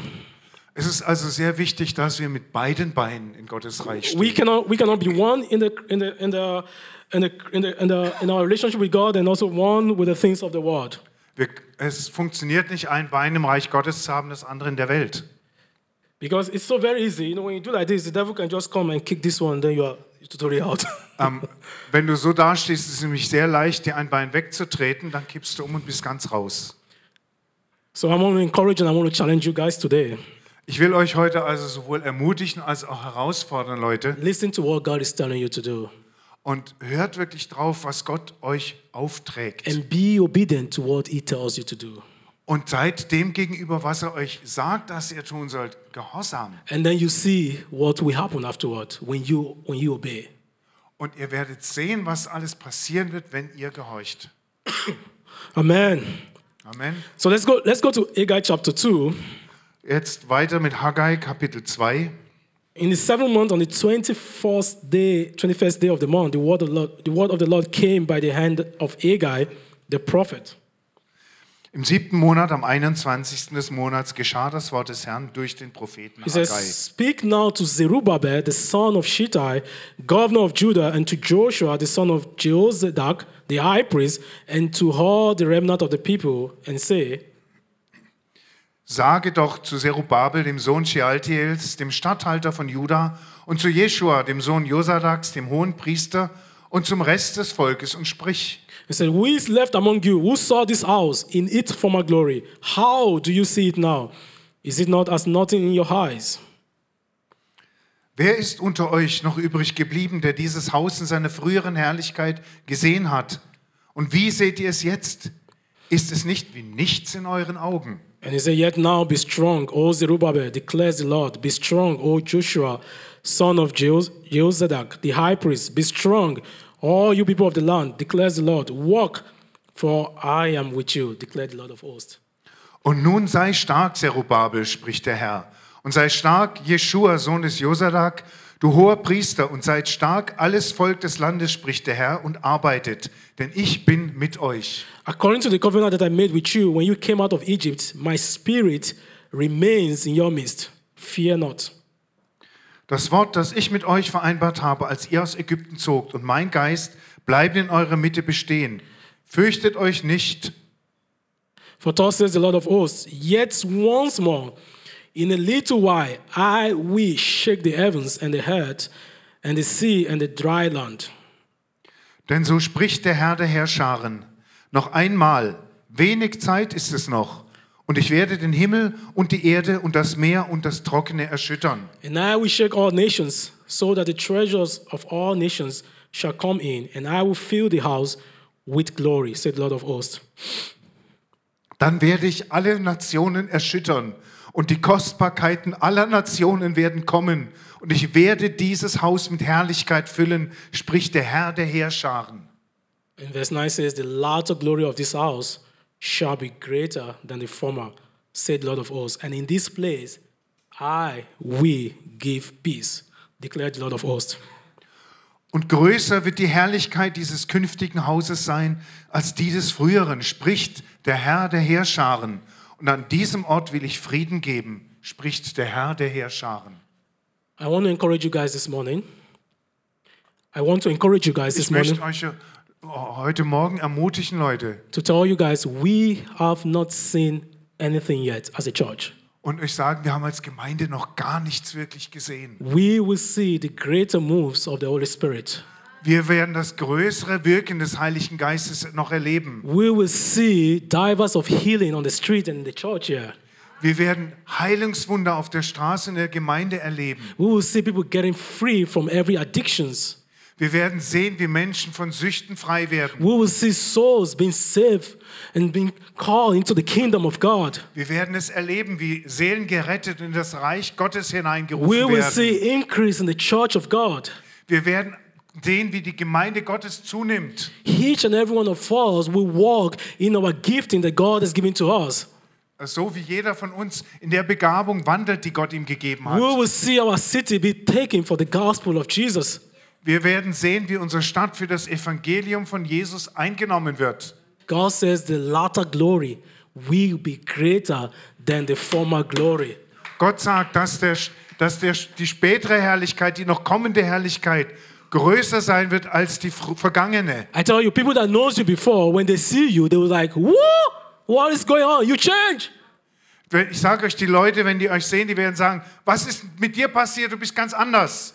Es ist also sehr wichtig, dass wir mit beiden Beinen in Gottes Reich stehen. We cannot we cannot be one in the in the in the in the in the in, the, in our relationship with God and also one with the things of the world. Wir, es funktioniert nicht, ein Bein im Reich Gottes zu haben, das andere in der Welt. Because it's so very easy. You know, when you do like this, the devil can just come and kick this one, then you are totally out. Ähm, wenn du so dastehst, ist es nämlich sehr leicht, dir ein Bein wegzutreten. Dann kippst du um und bist ganz raus. so I want to encourage and I want to challenge you guys today. Ich will euch heute also sowohl ermutigen als auch herausfordern, Leute. Listen to what God is telling you to do Und hört wirklich drauf, was Gott euch aufträgt. and be obedient to what He tells you to do. Und seid dem gegenüber, was er euch sagt, dass ihr tun sollt, gehorsam. And then you see what will happen afterward when you when you obey. Und ihr werdet sehen, was alles passieren wird, wenn ihr gehorcht. Amen. Amen. So let's go let's go to Haggai chapter 2. Jetzt weiter mit Haggai Kapitel 2. In the seventh month, on the twenty-first day, twenty-first day of the month, the word of the Lord, the word of the Lord came by the hand of Haggai, the prophet. Im siebten Monat, am 21. des Monats, geschah das Wort des Herrn durch den Propheten He says, Haggai. "Speak now to Zerubbabel, the son of Shittai, governor of Judah, and to Joshua, the son of Jehozadak, the high priest, and to all the remnant of the people, and say." Sage doch zu Zerubabel, dem Sohn Shealtiels, dem Statthalter von Juda, und zu Jeschua, dem Sohn Josadaks, dem Hohenpriester, und zum Rest des Volkes und sprich. He said, Who is left among you? Who saw this house in its former glory? How do you see it now? Is it not as nothing in your eyes? Wer ist unter euch noch übrig geblieben, der dieses Haus in seiner früheren Herrlichkeit gesehen hat? Und wie seht ihr es jetzt? Ist es nicht wie nichts in euren Augen? And he said, Yet now be strong, O Zerubbabel, declares the Lord. Be strong, O Joshua, son of Jehoz- Jehozadak, the high priest. Be strong, all you people of the land, declares the Lord. Walk, for I am with you, declared the Lord of hosts. Und nun sei stark, Zerubabel, spricht der Herr. Und sei stark, Jeschua, Sohn des Josadak, du hoher Priester, und seid stark, alles Volk des Landes, spricht der Herr, und arbeitet, denn ich bin mit euch. According to the covenant that I made with you when you came out of Egypt, my spirit remains in your midst. Fear not. Das Wort, das ich mit euch vereinbart habe, als ihr aus Ägypten zogt, und mein Geist bleiben in eurer Mitte bestehen. Fürchtet euch nicht, For thus says the Lord of hosts, yet once more, in a little while, I will shake the heavens and the earth, and the sea and the dry land. Denn so spricht der Herr der Herrscharen. Noch einmal, wenig Zeit ist es noch, und ich werde den Himmel und die Erde und das Meer und das Trockene erschüttern. And I will shake all nations, so that the treasures of all nations shall come in, and I will fill the house with glory, said the Lord of hosts. Dann werde ich alle Nationen erschüttern und die Kostbarkeiten aller Nationen werden kommen und ich werde dieses Haus mit Herrlichkeit füllen, spricht der Herr der Heerscharen. And verse 9 says, The latter glory of this house shall be greater than the former, said the Lord of hosts. And in this place I will give peace, declared the Lord of hosts. Und größer wird die Herrlichkeit dieses künftigen Hauses sein als dieses früheren, spricht der Herr der Heerscharen. Und an diesem Ort will ich Frieden geben, spricht der Herr der Heerscharen. I want to encourage you guys this morning. I want to encourage you guys this Ich möchte morning euch äh, heute Morgen ermutigen, Leute, to tell you guys we have not seen anything yet as a church. und euch sagen, wir haben als Gemeinde noch gar nichts wirklich gesehen. We will see the greater moves of the Holy Spirit. Wir werden das größere Wirken des Heiligen Geistes noch erleben. We will see divers of healing on the street and in the church here. Wir werden Heilungswunder auf der Straße in der Gemeinde erleben. We will see people getting free from every addictions. Wir werden sehen, wie Menschen von Süchten frei werden. We will see souls being saved and being called into the kingdom of God. Wir werden es erleben, wie Seelen gerettet in das Reich Gottes We hineingerufen will werden. see increase in the church of God. Wir werden sehen, wie die Gemeinde Gottes zunimmt. Each and every one of us will walk in our gifting that God has given to us. So wie jeder von uns in der Begabung wandelt, die Gott ihm gegeben We hat. will see our city be taken for the gospel of Jesus. Wir werden sehen, wie unsere Stadt für das Evangelium von Jesus eingenommen wird. God says the latter glory will be greater than the former glory. Gott sagt, dass, der, dass der, die spätere Herrlichkeit, die noch kommende Herrlichkeit, größer sein wird als die fr- vergangene. I tell you, people that knows you before, when they see you, they will like, "Whoa, what is going on? You change." Wenn- Ich sage euch, die Leute, wenn die euch sehen, die werden sagen, was ist mit dir passiert, du bist ganz anders.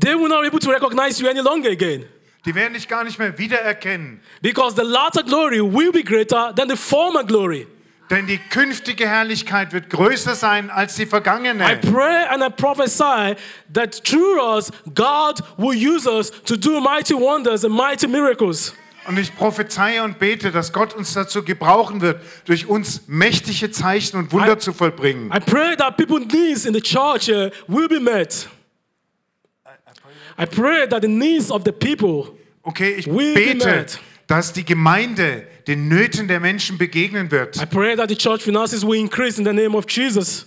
They will not be able to recognize you any longer again, Die werden dich gar nicht mehr wiedererkennen. because the latter glory will be greater than the former glory. Denn die künftige Herrlichkeit wird größer sein als die I vergangene. pray and I prophesy that through us, God will use us to do mighty wonders and mighty miracles. Und ich prophezeie und bete, dass Gott uns dazu gebrauchen wird, durch uns mächtige Zeichen und Wunder zu vollbringen. I pray that people's needs in the church uh, will be met. I pray that the needs of the people, Okay, ich Will be bete, met. dass die Gemeinde den Nöten der Menschen begegnen I wird. pray that the church finances will increase in the name of Jesus.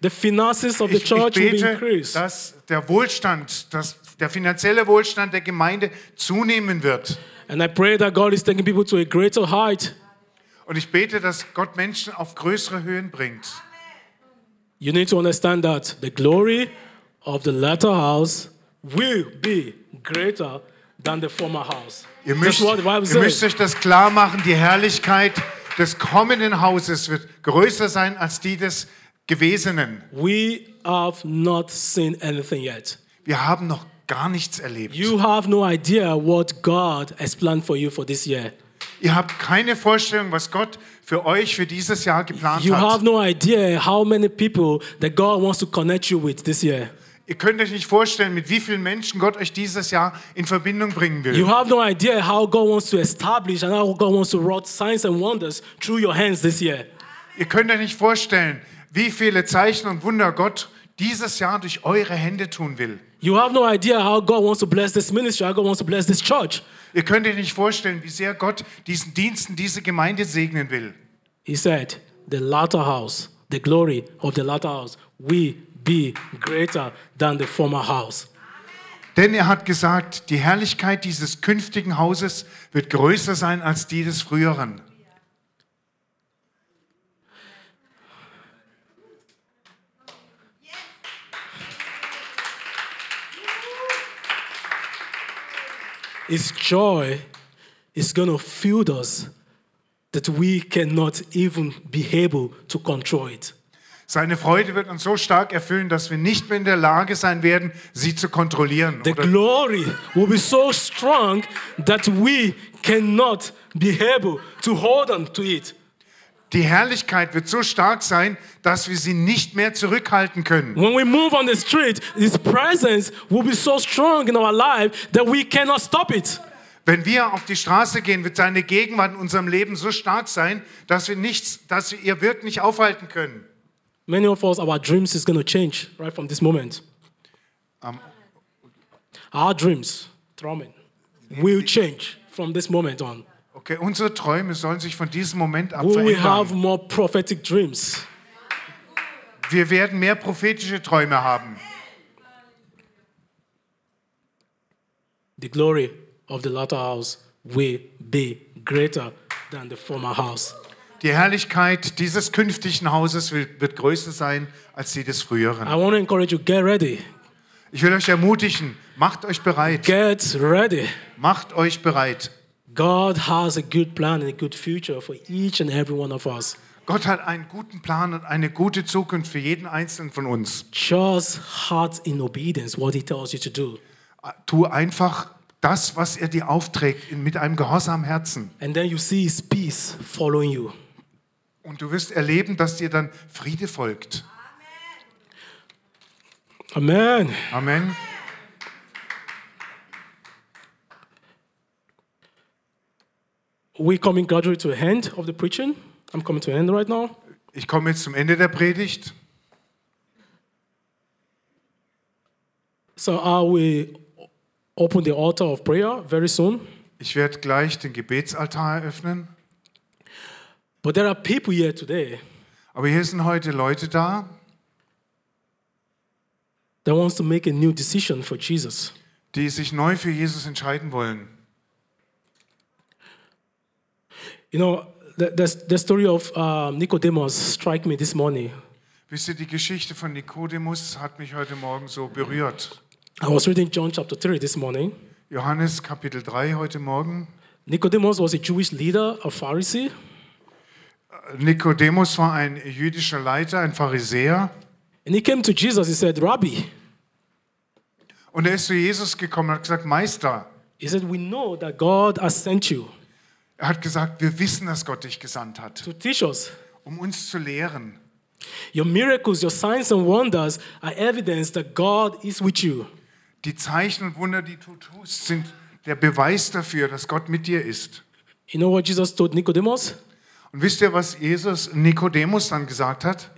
The finances of the Ich, ich church will be bete, increased. dass der Wohlstand, dass der finanzielle Wohlstand der Gemeinde zunehmen wird. And I pray that God is taking people to a greater height. Und ich bete, dass Gott Menschen auf größere Höhen bringt. You need to understand that the glory of the latter house will be greater than the former house. Ihr That's müsst, what the Bible ihr müsst says. euch das klar machen, die Herrlichkeit des kommenden Hauses wird größer sein als die des Gewesenen. We have not seen anything yet. Wir haben noch gar nichts erlebt. You have no idea what God has planned for you for this year. Ihr habt keine Vorstellung, was Gott für euch für dieses Jahr geplant You hat. have no idea how many people that God wants to connect you with this year. Ihr könnt euch nicht vorstellen, mit wie vielen Menschen Gott euch dieses Jahr in Verbindung bringen will. You have no idea how God wants to establish and how God wants to wrought signs and wonders through your hands this year. Ihr könnt euch nicht vorstellen, wie viele Zeichen und Wunder Gott dieses Jahr durch eure Hände tun will. You have no idea how God wants to bless this ministry, how God wants to bless this church. Ihr könnt euch nicht vorstellen, wie sehr Gott diesen Diensten, diese Gemeinde segnen will. He said, The latter house, the glory of the latter house, will be greater than the former house. Denn er hat gesagt, die Herrlichkeit dieses künftigen Hauses wird größer sein als die des früheren. His joy is going to fill us that we cannot even be able to control it. Seine Freude wird uns so stark erfüllen, dass wir nicht mehr in der Lage sein werden, sie zu kontrollieren. The Oder glory will be so strong that we cannot be able to hold on to it. die Herrlichkeit wird so stark sein, dass wir sie nicht mehr zurückhalten können. When we move on the street, His presence will be so strong in our life that we cannot stop it. Wenn wir auf die Straße gehen, wird seine Gegenwart in unserem Leben so stark sein, dass wir nichts, dass wir ihr Wirken nicht aufhalten können. Many of us, our dreams is going to change right from this moment. Um, Our dreams, Traumen, will change from this moment on. Okay, unsere Träume sollen sich von diesem Moment ab We will have verändern. more prophetic dreams. Wir werden mehr prophetische Träume haben. The glory of the latter house will be greater than the former house. Die Herrlichkeit dieses künftigen Hauses wird, wird größer sein als die des früheren. I want to encourage you get ready. Ich will euch ermutigen, macht euch bereit. Get ready. Macht euch bereit. God has a good plan and a good future for each and every one of us. Gott hat einen guten Plan und eine gute Zukunft für jeden Einzelnen von uns. Just heart in obedience, what He tells you to do. Tu einfach das, was er dir aufträgt, in- mit einem gehorsamen Herzen. And then you see His peace following you. Und du wirst erleben, dass dir dann Friede folgt. Amen. Amen. We're coming gradually to the end of the preaching. I'm coming to an end right now. Ich komme jetzt zum Ende der Predigt. So I will open the altar of prayer very soon. Ich werde gleich den Gebetsaltar eröffnen. But there are people here today Aber hier sind heute Leute da, that wants to make a new decision for Jesus. die sich neu für Jesus entscheiden wollen. You know, the, the, the story of um, Nicodemus strike me this morning. Wisst ihr, die Geschichte von Nikodemus hat mich heute Morgen so berührt. I was reading John chapter 3 this morning. Johannes Kapitel 3 heute Morgen. Nicodemus was a Jewish leader, a Pharisee. Nikodemus war ein jüdischer Leiter, ein Pharisäer. And he came to Jesus, he said, Rabbi, Und er ist zu Jesus gekommen und hat gesagt, Meister. he said, we know that God has sent you Er hat gesagt, wir wissen, dass Gott dich gesandt hat, to teach us. um uns zu lehren. Your miracles, your signs and wonders are evidence that God is with you. Die Zeichen und Wunder, die du tust, sind der Beweis dafür, dass Gott mit dir ist. You know what Jesus told Nicodemus? Und wisst ihr, was Jesus Nikodemus dann gesagt hat?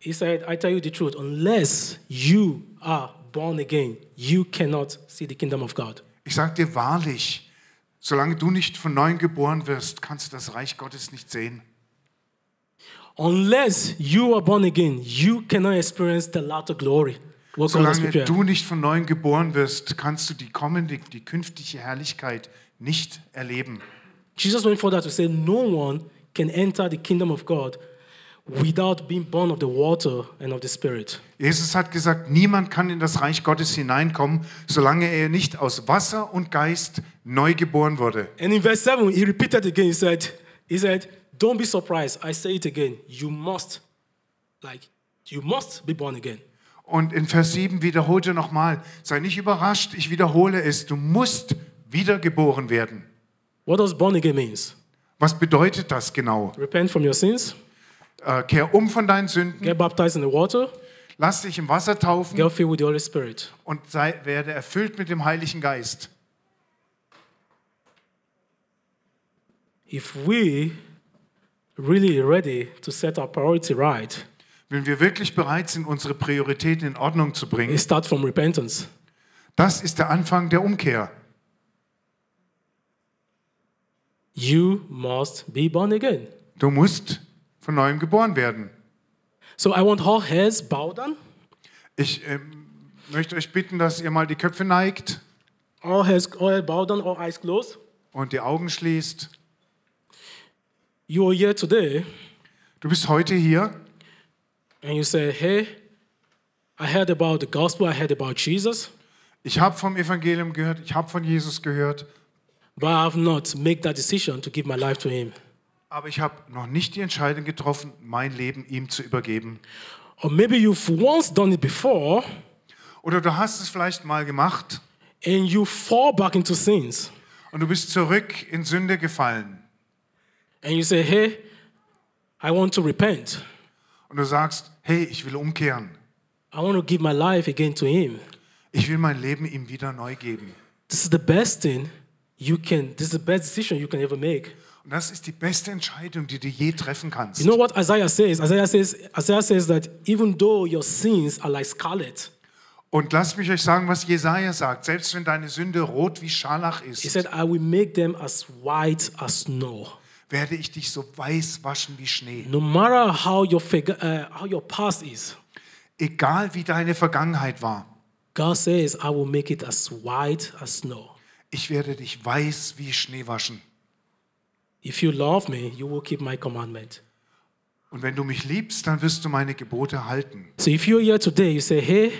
He said, I tell you the truth, unless you are born again, you cannot see the kingdom of God. Ich sage dir wahrlich, solange du nicht von neuem geboren wirst, kannst du das Reich Gottes nicht sehen. Unless you are born again, you cannot experience the latter glory. What God has Solange prepared. du nicht von neuem geboren wirst, kannst du die kommende, die künftige Herrlichkeit nicht erleben. Jesus went further to say, No one can enter the kingdom of God without being born of the water and of the spirit. Jesus hat gesagt, niemand kann in das Reich Gottes hineinkommen, solange er nicht aus Wasser und Geist neu geboren wurde. And in verse 7, he repeated again, he said, He said, Don't be surprised. I say it again. You must, like, you must be born again. Und in Vers 7 wiederholte nochmal, sei nicht überrascht, ich wiederhole es, du musst wiedergeboren werden. What does born again means? Was bedeutet das genau? Repent from your sins, Äh, kehr um von deinen Sünden, get baptized in the water, lass dich im Wasser taufen get filled with the Holy Spirit. und sei, werde erfüllt mit dem Heiligen Geist. If we really ready to set our priority right, Wenn wir wirklich bereit sind, unsere Prioritäten in Ordnung zu it bringen, starts from repentance. das ist der Anfang der Umkehr. You must be born again. Du musst von neuem geboren werden. So I want all heads bowed down, Ich ähm, möchte euch bitten, dass ihr mal die Köpfe neigt all heads all heads bowed down, all eyes closed. und die Augen schließt. You are here today Du bist heute hier and you say, Hey, I heard about the gospel, I heard about Jesus, Ich habe vom Evangelium gehört, ich habe von Jesus gehört, but I have not made that decision to give my life to Him. aber ich habe noch nicht die Entscheidung getroffen, mein Leben ihm zu übergeben. Or maybe you've once done it before Oder du hast es vielleicht mal gemacht and you fall back into sins. und du bist zurück in Sünde gefallen and you say, Hey, I want to repent. und du sagst, hey, ich will umkehren. I want to give my life again to Him. Ich will mein Leben ihm wieder neu geben. This is the best thing you can, this is the best decision you can ever make. Und das ist die beste Entscheidung, die du je treffen kannst. You know what Isaiah says? Isaiah says, Isaiah says that even though your sins are like scarlet, Und lasst mich euch sagen, was Jesaja sagt. Selbst wenn deine Sünde rot wie Scharlach he ist, said, I will make them as white as snow. werde ich dich so weiß waschen wie Schnee. No matter how your, fig- uh, how your past is, Egal wie deine Vergangenheit war, God says, I will make it as white as snow. ich werde dich weiß wie Schnee waschen. If you love me, you will keep my commandment. Und wenn du mich liebst, dann wirst du meine Gebote halten. So if you're here today, you say, hey,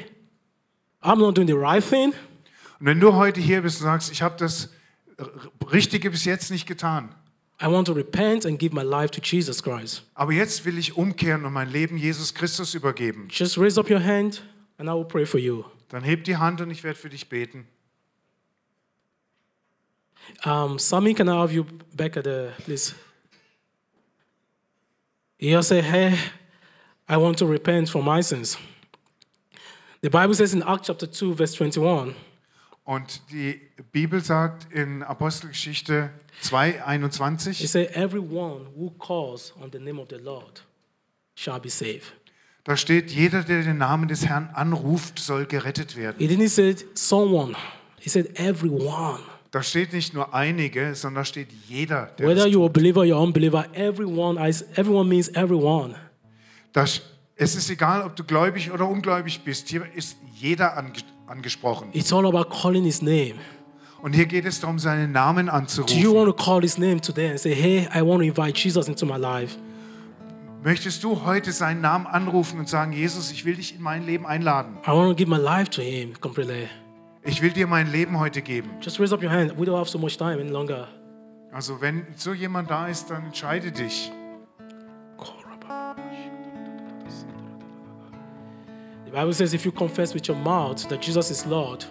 I'm not doing the right thing. Und wenn du heute hier bist und sagst, ich habe das R- Richtige bis jetzt nicht getan, I want to repent and give my life to Jesus Christ. aber jetzt will ich umkehren und mein Leben Jesus Christus übergeben, Just raise up your hand and I will pray for you. dann heb die Hand und ich werde für dich beten. Um, Sammy, can I have you back at the please? You say, hey, I want to repent for my sins. The Bible says in Acts chapter 2, verse 21, Und die Bibel sagt in Apostelgeschichte 2, it 21, says, Everyone who calls on the name of the Lord shall be saved. da steht, jeder, der den Namen des Herrn anruft, soll gerettet werden. He didn't say someone, he said everyone. Da steht nicht nur einige, sondern da steht jeder. Der Whether das, you're a believer or you're unbeliever, everyone, is, everyone means everyone. das, es ist egal, ob du gläubig oder ungläubig bist, hier ist jeder ange, angesprochen. It's all about calling his name. Und hier geht es darum, seinen Namen Do you anzurufen. want to call his name today and say, hey, I want to invite Jesus into my life? Möchtest du heute seinen Namen anrufen und sagen, Jesus, ich will dich in mein Leben einladen. I want to give my life to him completely. Ich will dir mein Leben heute geben. Just raise up your hand. We don't have so much time any longer. Also wenn so jemand da ist, dann entscheide dich. The Bible says if you confess with your mouth that Jesus is Lord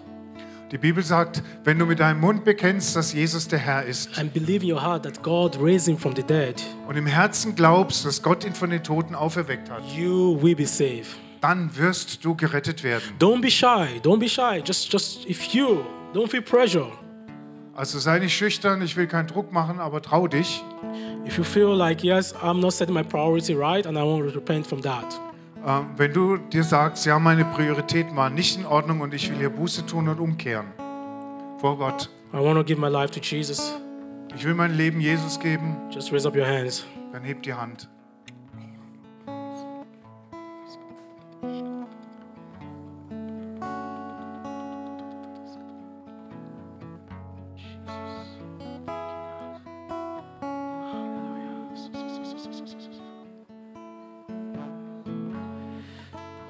Die Bibel sagt, wenn du mit deinem Mund bekennst, dass Jesus der Herr ist and believe in your heart that God raised him from the dead, und im Herzen glaubst, dass Gott ihn von den Toten auferweckt hat, you will be saved. dann wirst du gerettet werden. Don't be shy. Don't be shy. Just, just if you don't feel pressure, Also sei nicht schüchtern, ich will keinen Druck machen, aber trau dich. if you feel like yes, I'm not setting my priority right, and I want to repent from that. Ähm, wenn du dir sagst, ja, meine Prioritäten waren nicht in Ordnung und ich will hier Buße tun und umkehren. Vor Gott, I want to give my life to Jesus. ich will mein Leben Jesus geben. Just raise up your hands. Dann hebt die Hand.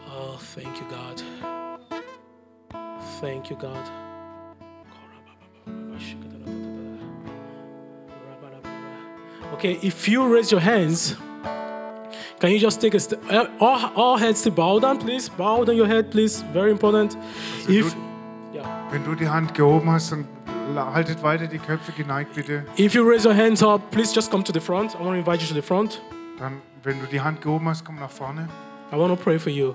Oh, thank you, God. Thank you, God. Okay, if you raise your hands, can you just take a step? All, all heads to bow down, please. Bow down your head, please. Very important. If yeah. Wenn du die Hand gehoben hast, dann la- haltet weiter die Köpfe geneigt, bitte. if you raise your hands up, please just come to the front. I want to invite you to the front. Dann, wenn du die Hand gehoben hast, komm nach vorne. I want to pray for you.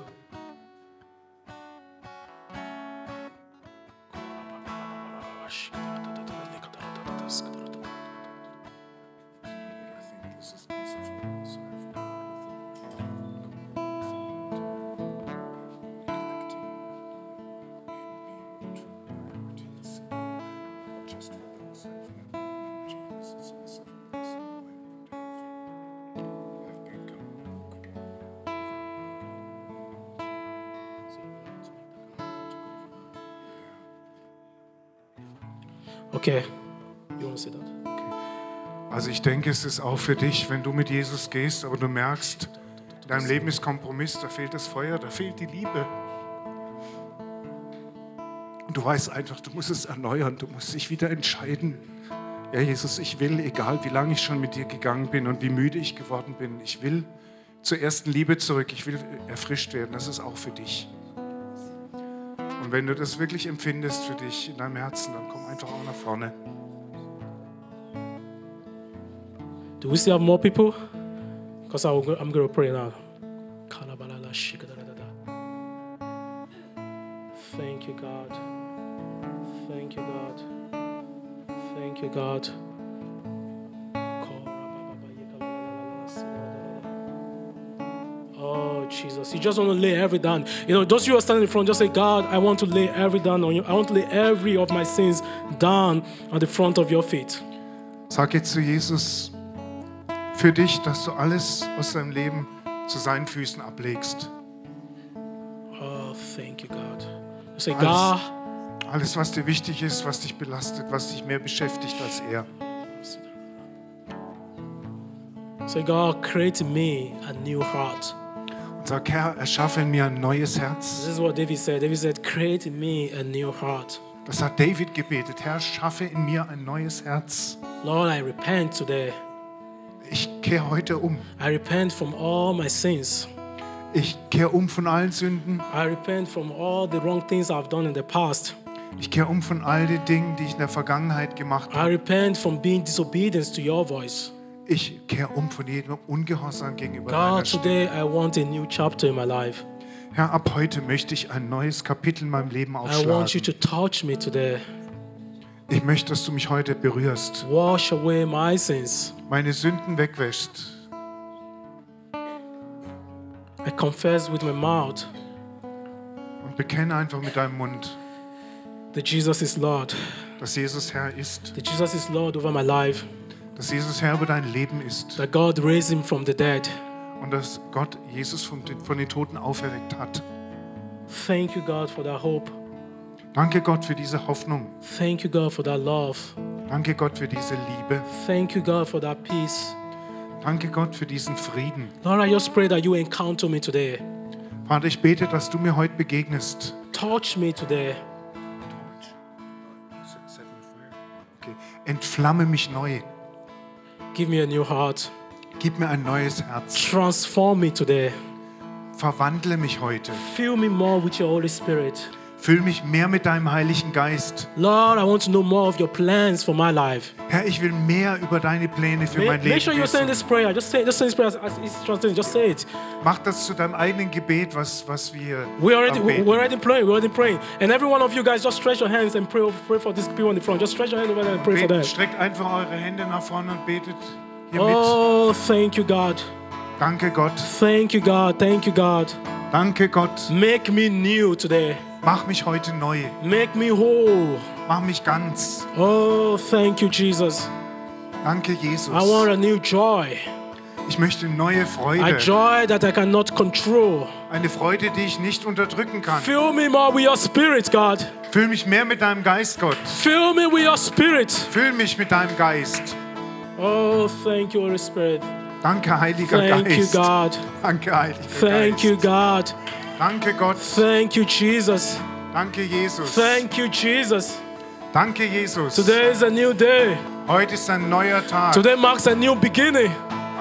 Okay. You want to say that? Also ich denke, es ist auch für dich, wenn du mit Jesus gehst, aber du merkst, in deinem Leben ist Kompromiss, da fehlt das Feuer, da fehlt die Liebe. Und du weißt einfach, du musst es erneuern, du musst dich wieder entscheiden. Ja, Jesus, ich will, egal wie lange ich schon mit dir gegangen bin und wie müde ich geworden bin, ich will zur ersten Liebe zurück, ich will erfrischt werden, das ist auch für dich. Und wenn du das wirklich empfindest für dich in deinem Herzen, dann komm einfach auch nach vorne. Do we still have more people? Because I'm going to pray now. Kalabalala shikadadadada. Thank you, God. Thank you, God. Thank you, you, God. Oh, Jesus. You just want to lay every down. You know, those you who are standing in front, just say, God, I want to lay every down on you. I want to lay every of my sins down at the front of your feet. Sag jetzt zu Jesus für dich, dass du alles aus deinem Leben zu seinen Füßen ablegst. Oh, thank you, God. You say, Alles. God, Alles, was dir wichtig ist, was dich belastet, was dich mehr beschäftigt als er. say, God, create in me a new heart. Und sag, Herr, erschaffe in mir ein neues Herz. This is what David said. David said, create in me a new heart. Das hat David gebetet. Herr, schaffe in mir ein neues Herz. Lord, I repent today. Ich kehre heute um. I repent from all my sins. Ich kehre um von allen Sünden. I repent from all the wrong things I've done in the past. Ich kehre um von all den Dingen, die ich in der Vergangenheit gemacht habe. I repent from being disobedient to your voice. Ich kehre um von jedem Ungehorsam gegenüber deiner God, Stimme. today I want a new chapter in my life. Herr, ab heute möchte ich ein neues Kapitel in meinem Leben I aufschlagen. want you to touch me today. Ich möchte, dass du mich heute berührst, Wash away my sins. meine Sünden wegwäschst. I confess with my mouth Und bekenne einfach mit deinem Mund, that Jesus is Lord. dass Jesus Herr ist, That Jesus is Lord over my life. dass Jesus Herr über dein Leben ist That God raised him from the dead. und dass Gott Jesus von den, von den Toten auferweckt hat. Thank you, God, for that hope. Danke Gott für diese Hoffnung. Thank you, God, for that love. Danke Gott für diese Liebe. Thank you, God, for that peace. Danke Gott für diesen Frieden. Lord, I just pray that you encounter me today. Vater, ich bete, dass du mir heute begegnest. Touch me today. Okay. Entflamme mich neu. Give me a new heart. Gib mir ein neues Herz. Transform me today. Verwandle mich heute. Fill me more with your Holy Spirit. Füll mich mehr mit deinem Heiligen Geist. Lord, I want to know more of your plans for my life. Herr, ich will mehr über deine Pläne für mein Make, Leben make sure you're saying wissen. this prayer. Just say, just say this prayer as, as it's translated. Just say it. Mach das zu deinem eigenen Gebet, was, was wir We already, we- anbeten. we're already praying. We're already praying. And every one of you guys, just stretch your hands and pray, pray for these people in the front. Just stretch your hand over there and pray for Betet, them. streckt einfach eure Hände nach vorne und betet hier Oh, thank you, God. mit. Danke Gott, Thank you, God. Thank you, God. danke Gott. Make me new today. Mach mich heute neu, Make me whole. mach mich ganz. Oh, thank you, Jesus. Danke Jesus. I want a new joy. Ich möchte neue A Freude, joy that I cannot control. eine Freude, die ich nicht unterdrücken kann. Fill me more with your spirit, God. Füll mich mehr mit deinem Geist, Gott. Fill me with your spirit. Füll mich mit deinem Geist. Oh, thank you, Holy Spirit. Danke Heiliger Thank you, Geist. God. Danke Heiliger Thank Geist. you, God. Danke Gott. Thank you, Jesus. Danke Jesus. Thank you, Jesus. Danke Jesus. Today is a new day. Heute ist ein neuer Tag, Today marks a new beginning.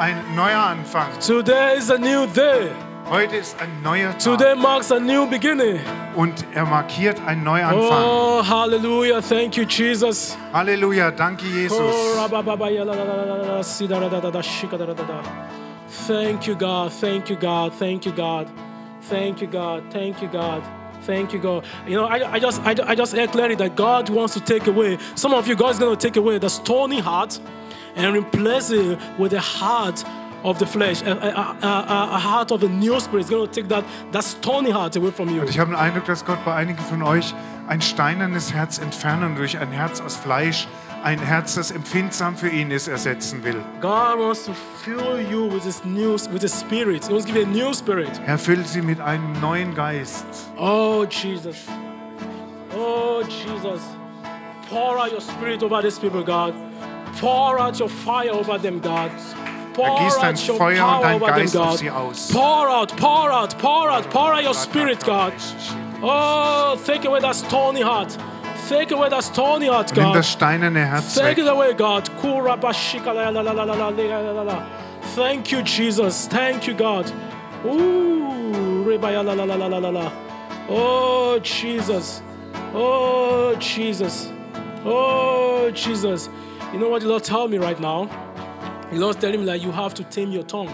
ein neuer Anfang. Today is a new day. Heute ist ein neuer Today Tag marks a new beginning. und er markiert einen Neuanfang. Oh, hallelujah. Thank you, Jesus. Halleluja, danke Oh, Jesus. rabababayalalalala, sidaradadada, shikadaradada. Thank you, God. Thank you, God. Thank you, God. Thank you, God. Thank you, God. Thank you, God. You know, I, I just I, I just hear clearly that God wants to take away. Some of you, God is going to take away the stony heart and replace it with a heart of the flesh, a, a, a- a- a heart of the new spirit. He's going to take that, that stony heart away from you. Ich habe den Eindruck, dass Gott bei einigen von euch ein steinernes Herz entfernen und durch ein Herz aus Fleisch, ein Herz, das empfindsam für ihn ist, ersetzen will. God wants to fill you with this new, with the spirit. He wants to give you a new spirit. Herr, füll sie mit einem neuen Geist. Oh, Jesus. Oh, Jesus. Pour out your spirit over these people, God. Pour out your fire over them, God. Pour Ergieß dein out your Feuer und power dein over Geist them, auf God. sie aus. Pour out, pour out, pour out, pour out your spirit, God. Oh, take away that stony heart. Take away that stony heart, Nimm God. das steinerne Herz Take it weg. away, God. Kurabashika la la la la la la la la la la. Thank you, Jesus. Thank you, God. Ooh, rebaya la la la la la la la. Oh, Jesus. Oh, Jesus. Oh, Jesus. You know what the Lord tell me right now? The Lord's telling me that you have to tame your tongue.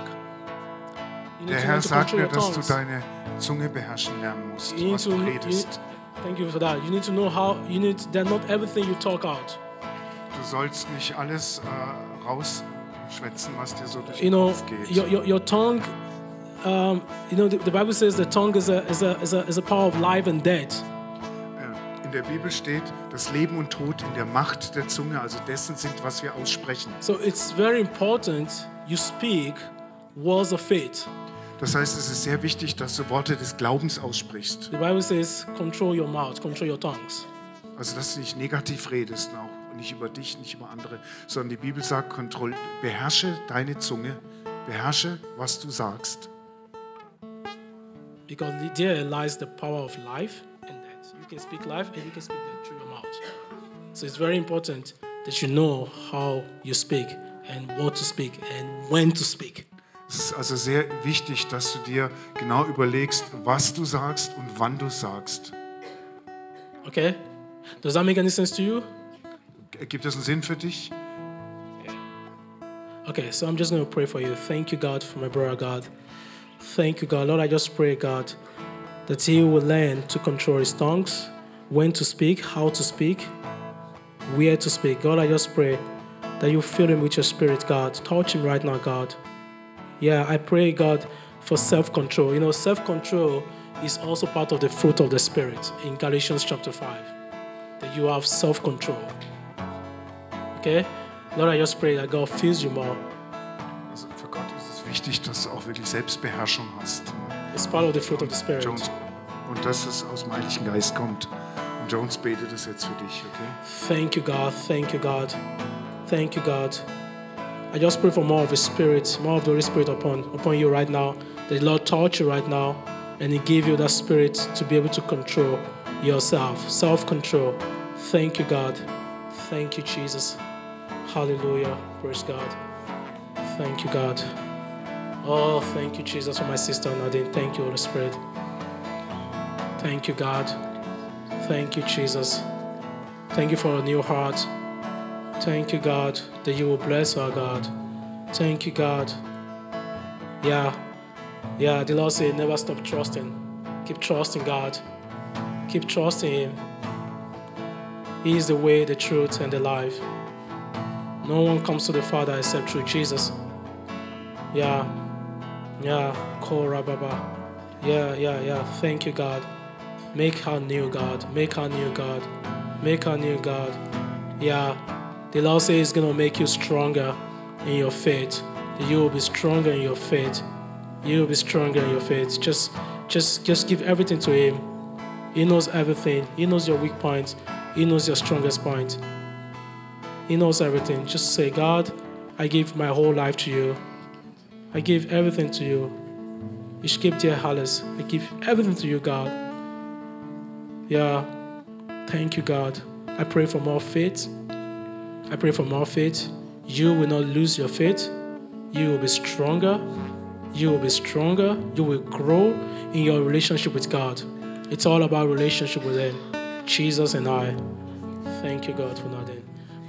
You need Der to Herr learn to sagt control mir, your dass du tongues. deine Zunge beherrschen lernen musst, You need was to. du you- redest. thank you for that. You need to know how. You need that. Not everything you talk out. Du sollst nicht alles äh, rausschwätzen, was dir so durch You den know, Kopf geht. your, your, your tongue, um, you know, the, the Bible says the tongue is a, is, a, is, a, is a power of life and death. Äh, In der Bibel steht, dass Leben und Tod in der Macht der Zunge, also dessen sind, was wir aussprechen. So it's very important you speak words of faith. Das heißt, es ist sehr wichtig, dass du Worte des Glaubens aussprichst. The Bible says, control your mouth, control your tongues. Also, dass du nicht negativ redest, auch nicht über dich, nicht über andere, sondern die Bibel sagt, kontroll, beherrsche deine Zunge, beherrsche, was du sagst. Because there lies the power of life and death. You can speak life and you can speak death through your mouth. So it's very important that you know how you speak and what to speak and when to speak. Es ist also sehr wichtig, dass du dir genau überlegst, was du sagst und wann du sagst. Okay? Does that make any sense to you? Gibt das einen Sinn für dich? Okay, so I'm just going to pray for you. Thank you, God, for my brother, God. Thank you, God. Lord, I just pray, God, that he will learn to control his tongues, when to speak, how to speak, where to speak. God, I just pray that you fill him with your spirit, God. Touch him right now, God. Yeah, I pray, God, for self control. You know, self control is also part of the fruit of the Spirit in Galatians chapter 5, that you have self control. Okay? Lord, I just pray that God fills you more. Also für Gott ist es wichtig, dass du auch wirklich Selbstbeherrschung hast. It's part of the fruit of the Spirit. Jones, und dass es aus dem Heiligen Geist kommt. Und Jones betet das jetzt für dich, okay? Thank you, God. Thank you, God. Thank you, God. I just pray for more of His Spirit, more of the Holy Spirit upon, upon you right now. The Lord touch you right now, and He give you that Spirit to be able to control yourself, self control. Thank you, God. Thank you, Jesus. Hallelujah. Praise God. Thank you, God. Oh, thank you, Jesus, for my sister Nadine. Thank you, Holy Spirit. Thank you, God. Thank you, Jesus. Thank you for a new heart. Thank you, God, that you will bless our God. Thank you, God. Yeah. Yeah, the Lord said, never stop trusting. Keep trusting God. Keep trusting Him. He is the way, the truth, and the life. No one comes to the Father except through Jesus. Yeah. Yeah. Kora Baba. Yeah, yeah, yeah. Thank you, God. Make her new, God. Make her new, God. Make her new, God. Yeah. The Lord says it's going to make you stronger in your faith. That You will be stronger in your faith. You will be stronger in your faith. Just, just, just give everything to Him. He knows everything. He knows your weak points. He knows your strongest point. He knows everything. Just say, God, I give my whole life to you. I give everything to you. Ich gebe dir alles. I give everything to you, God. Yeah. Thank you, God. I pray for more faith. I pray for more faith. You will not lose your faith. You will be stronger. You will be stronger. You will grow in your relationship with God. It's all about relationship with Him. Jesus and I. Thank you, God, for nothing.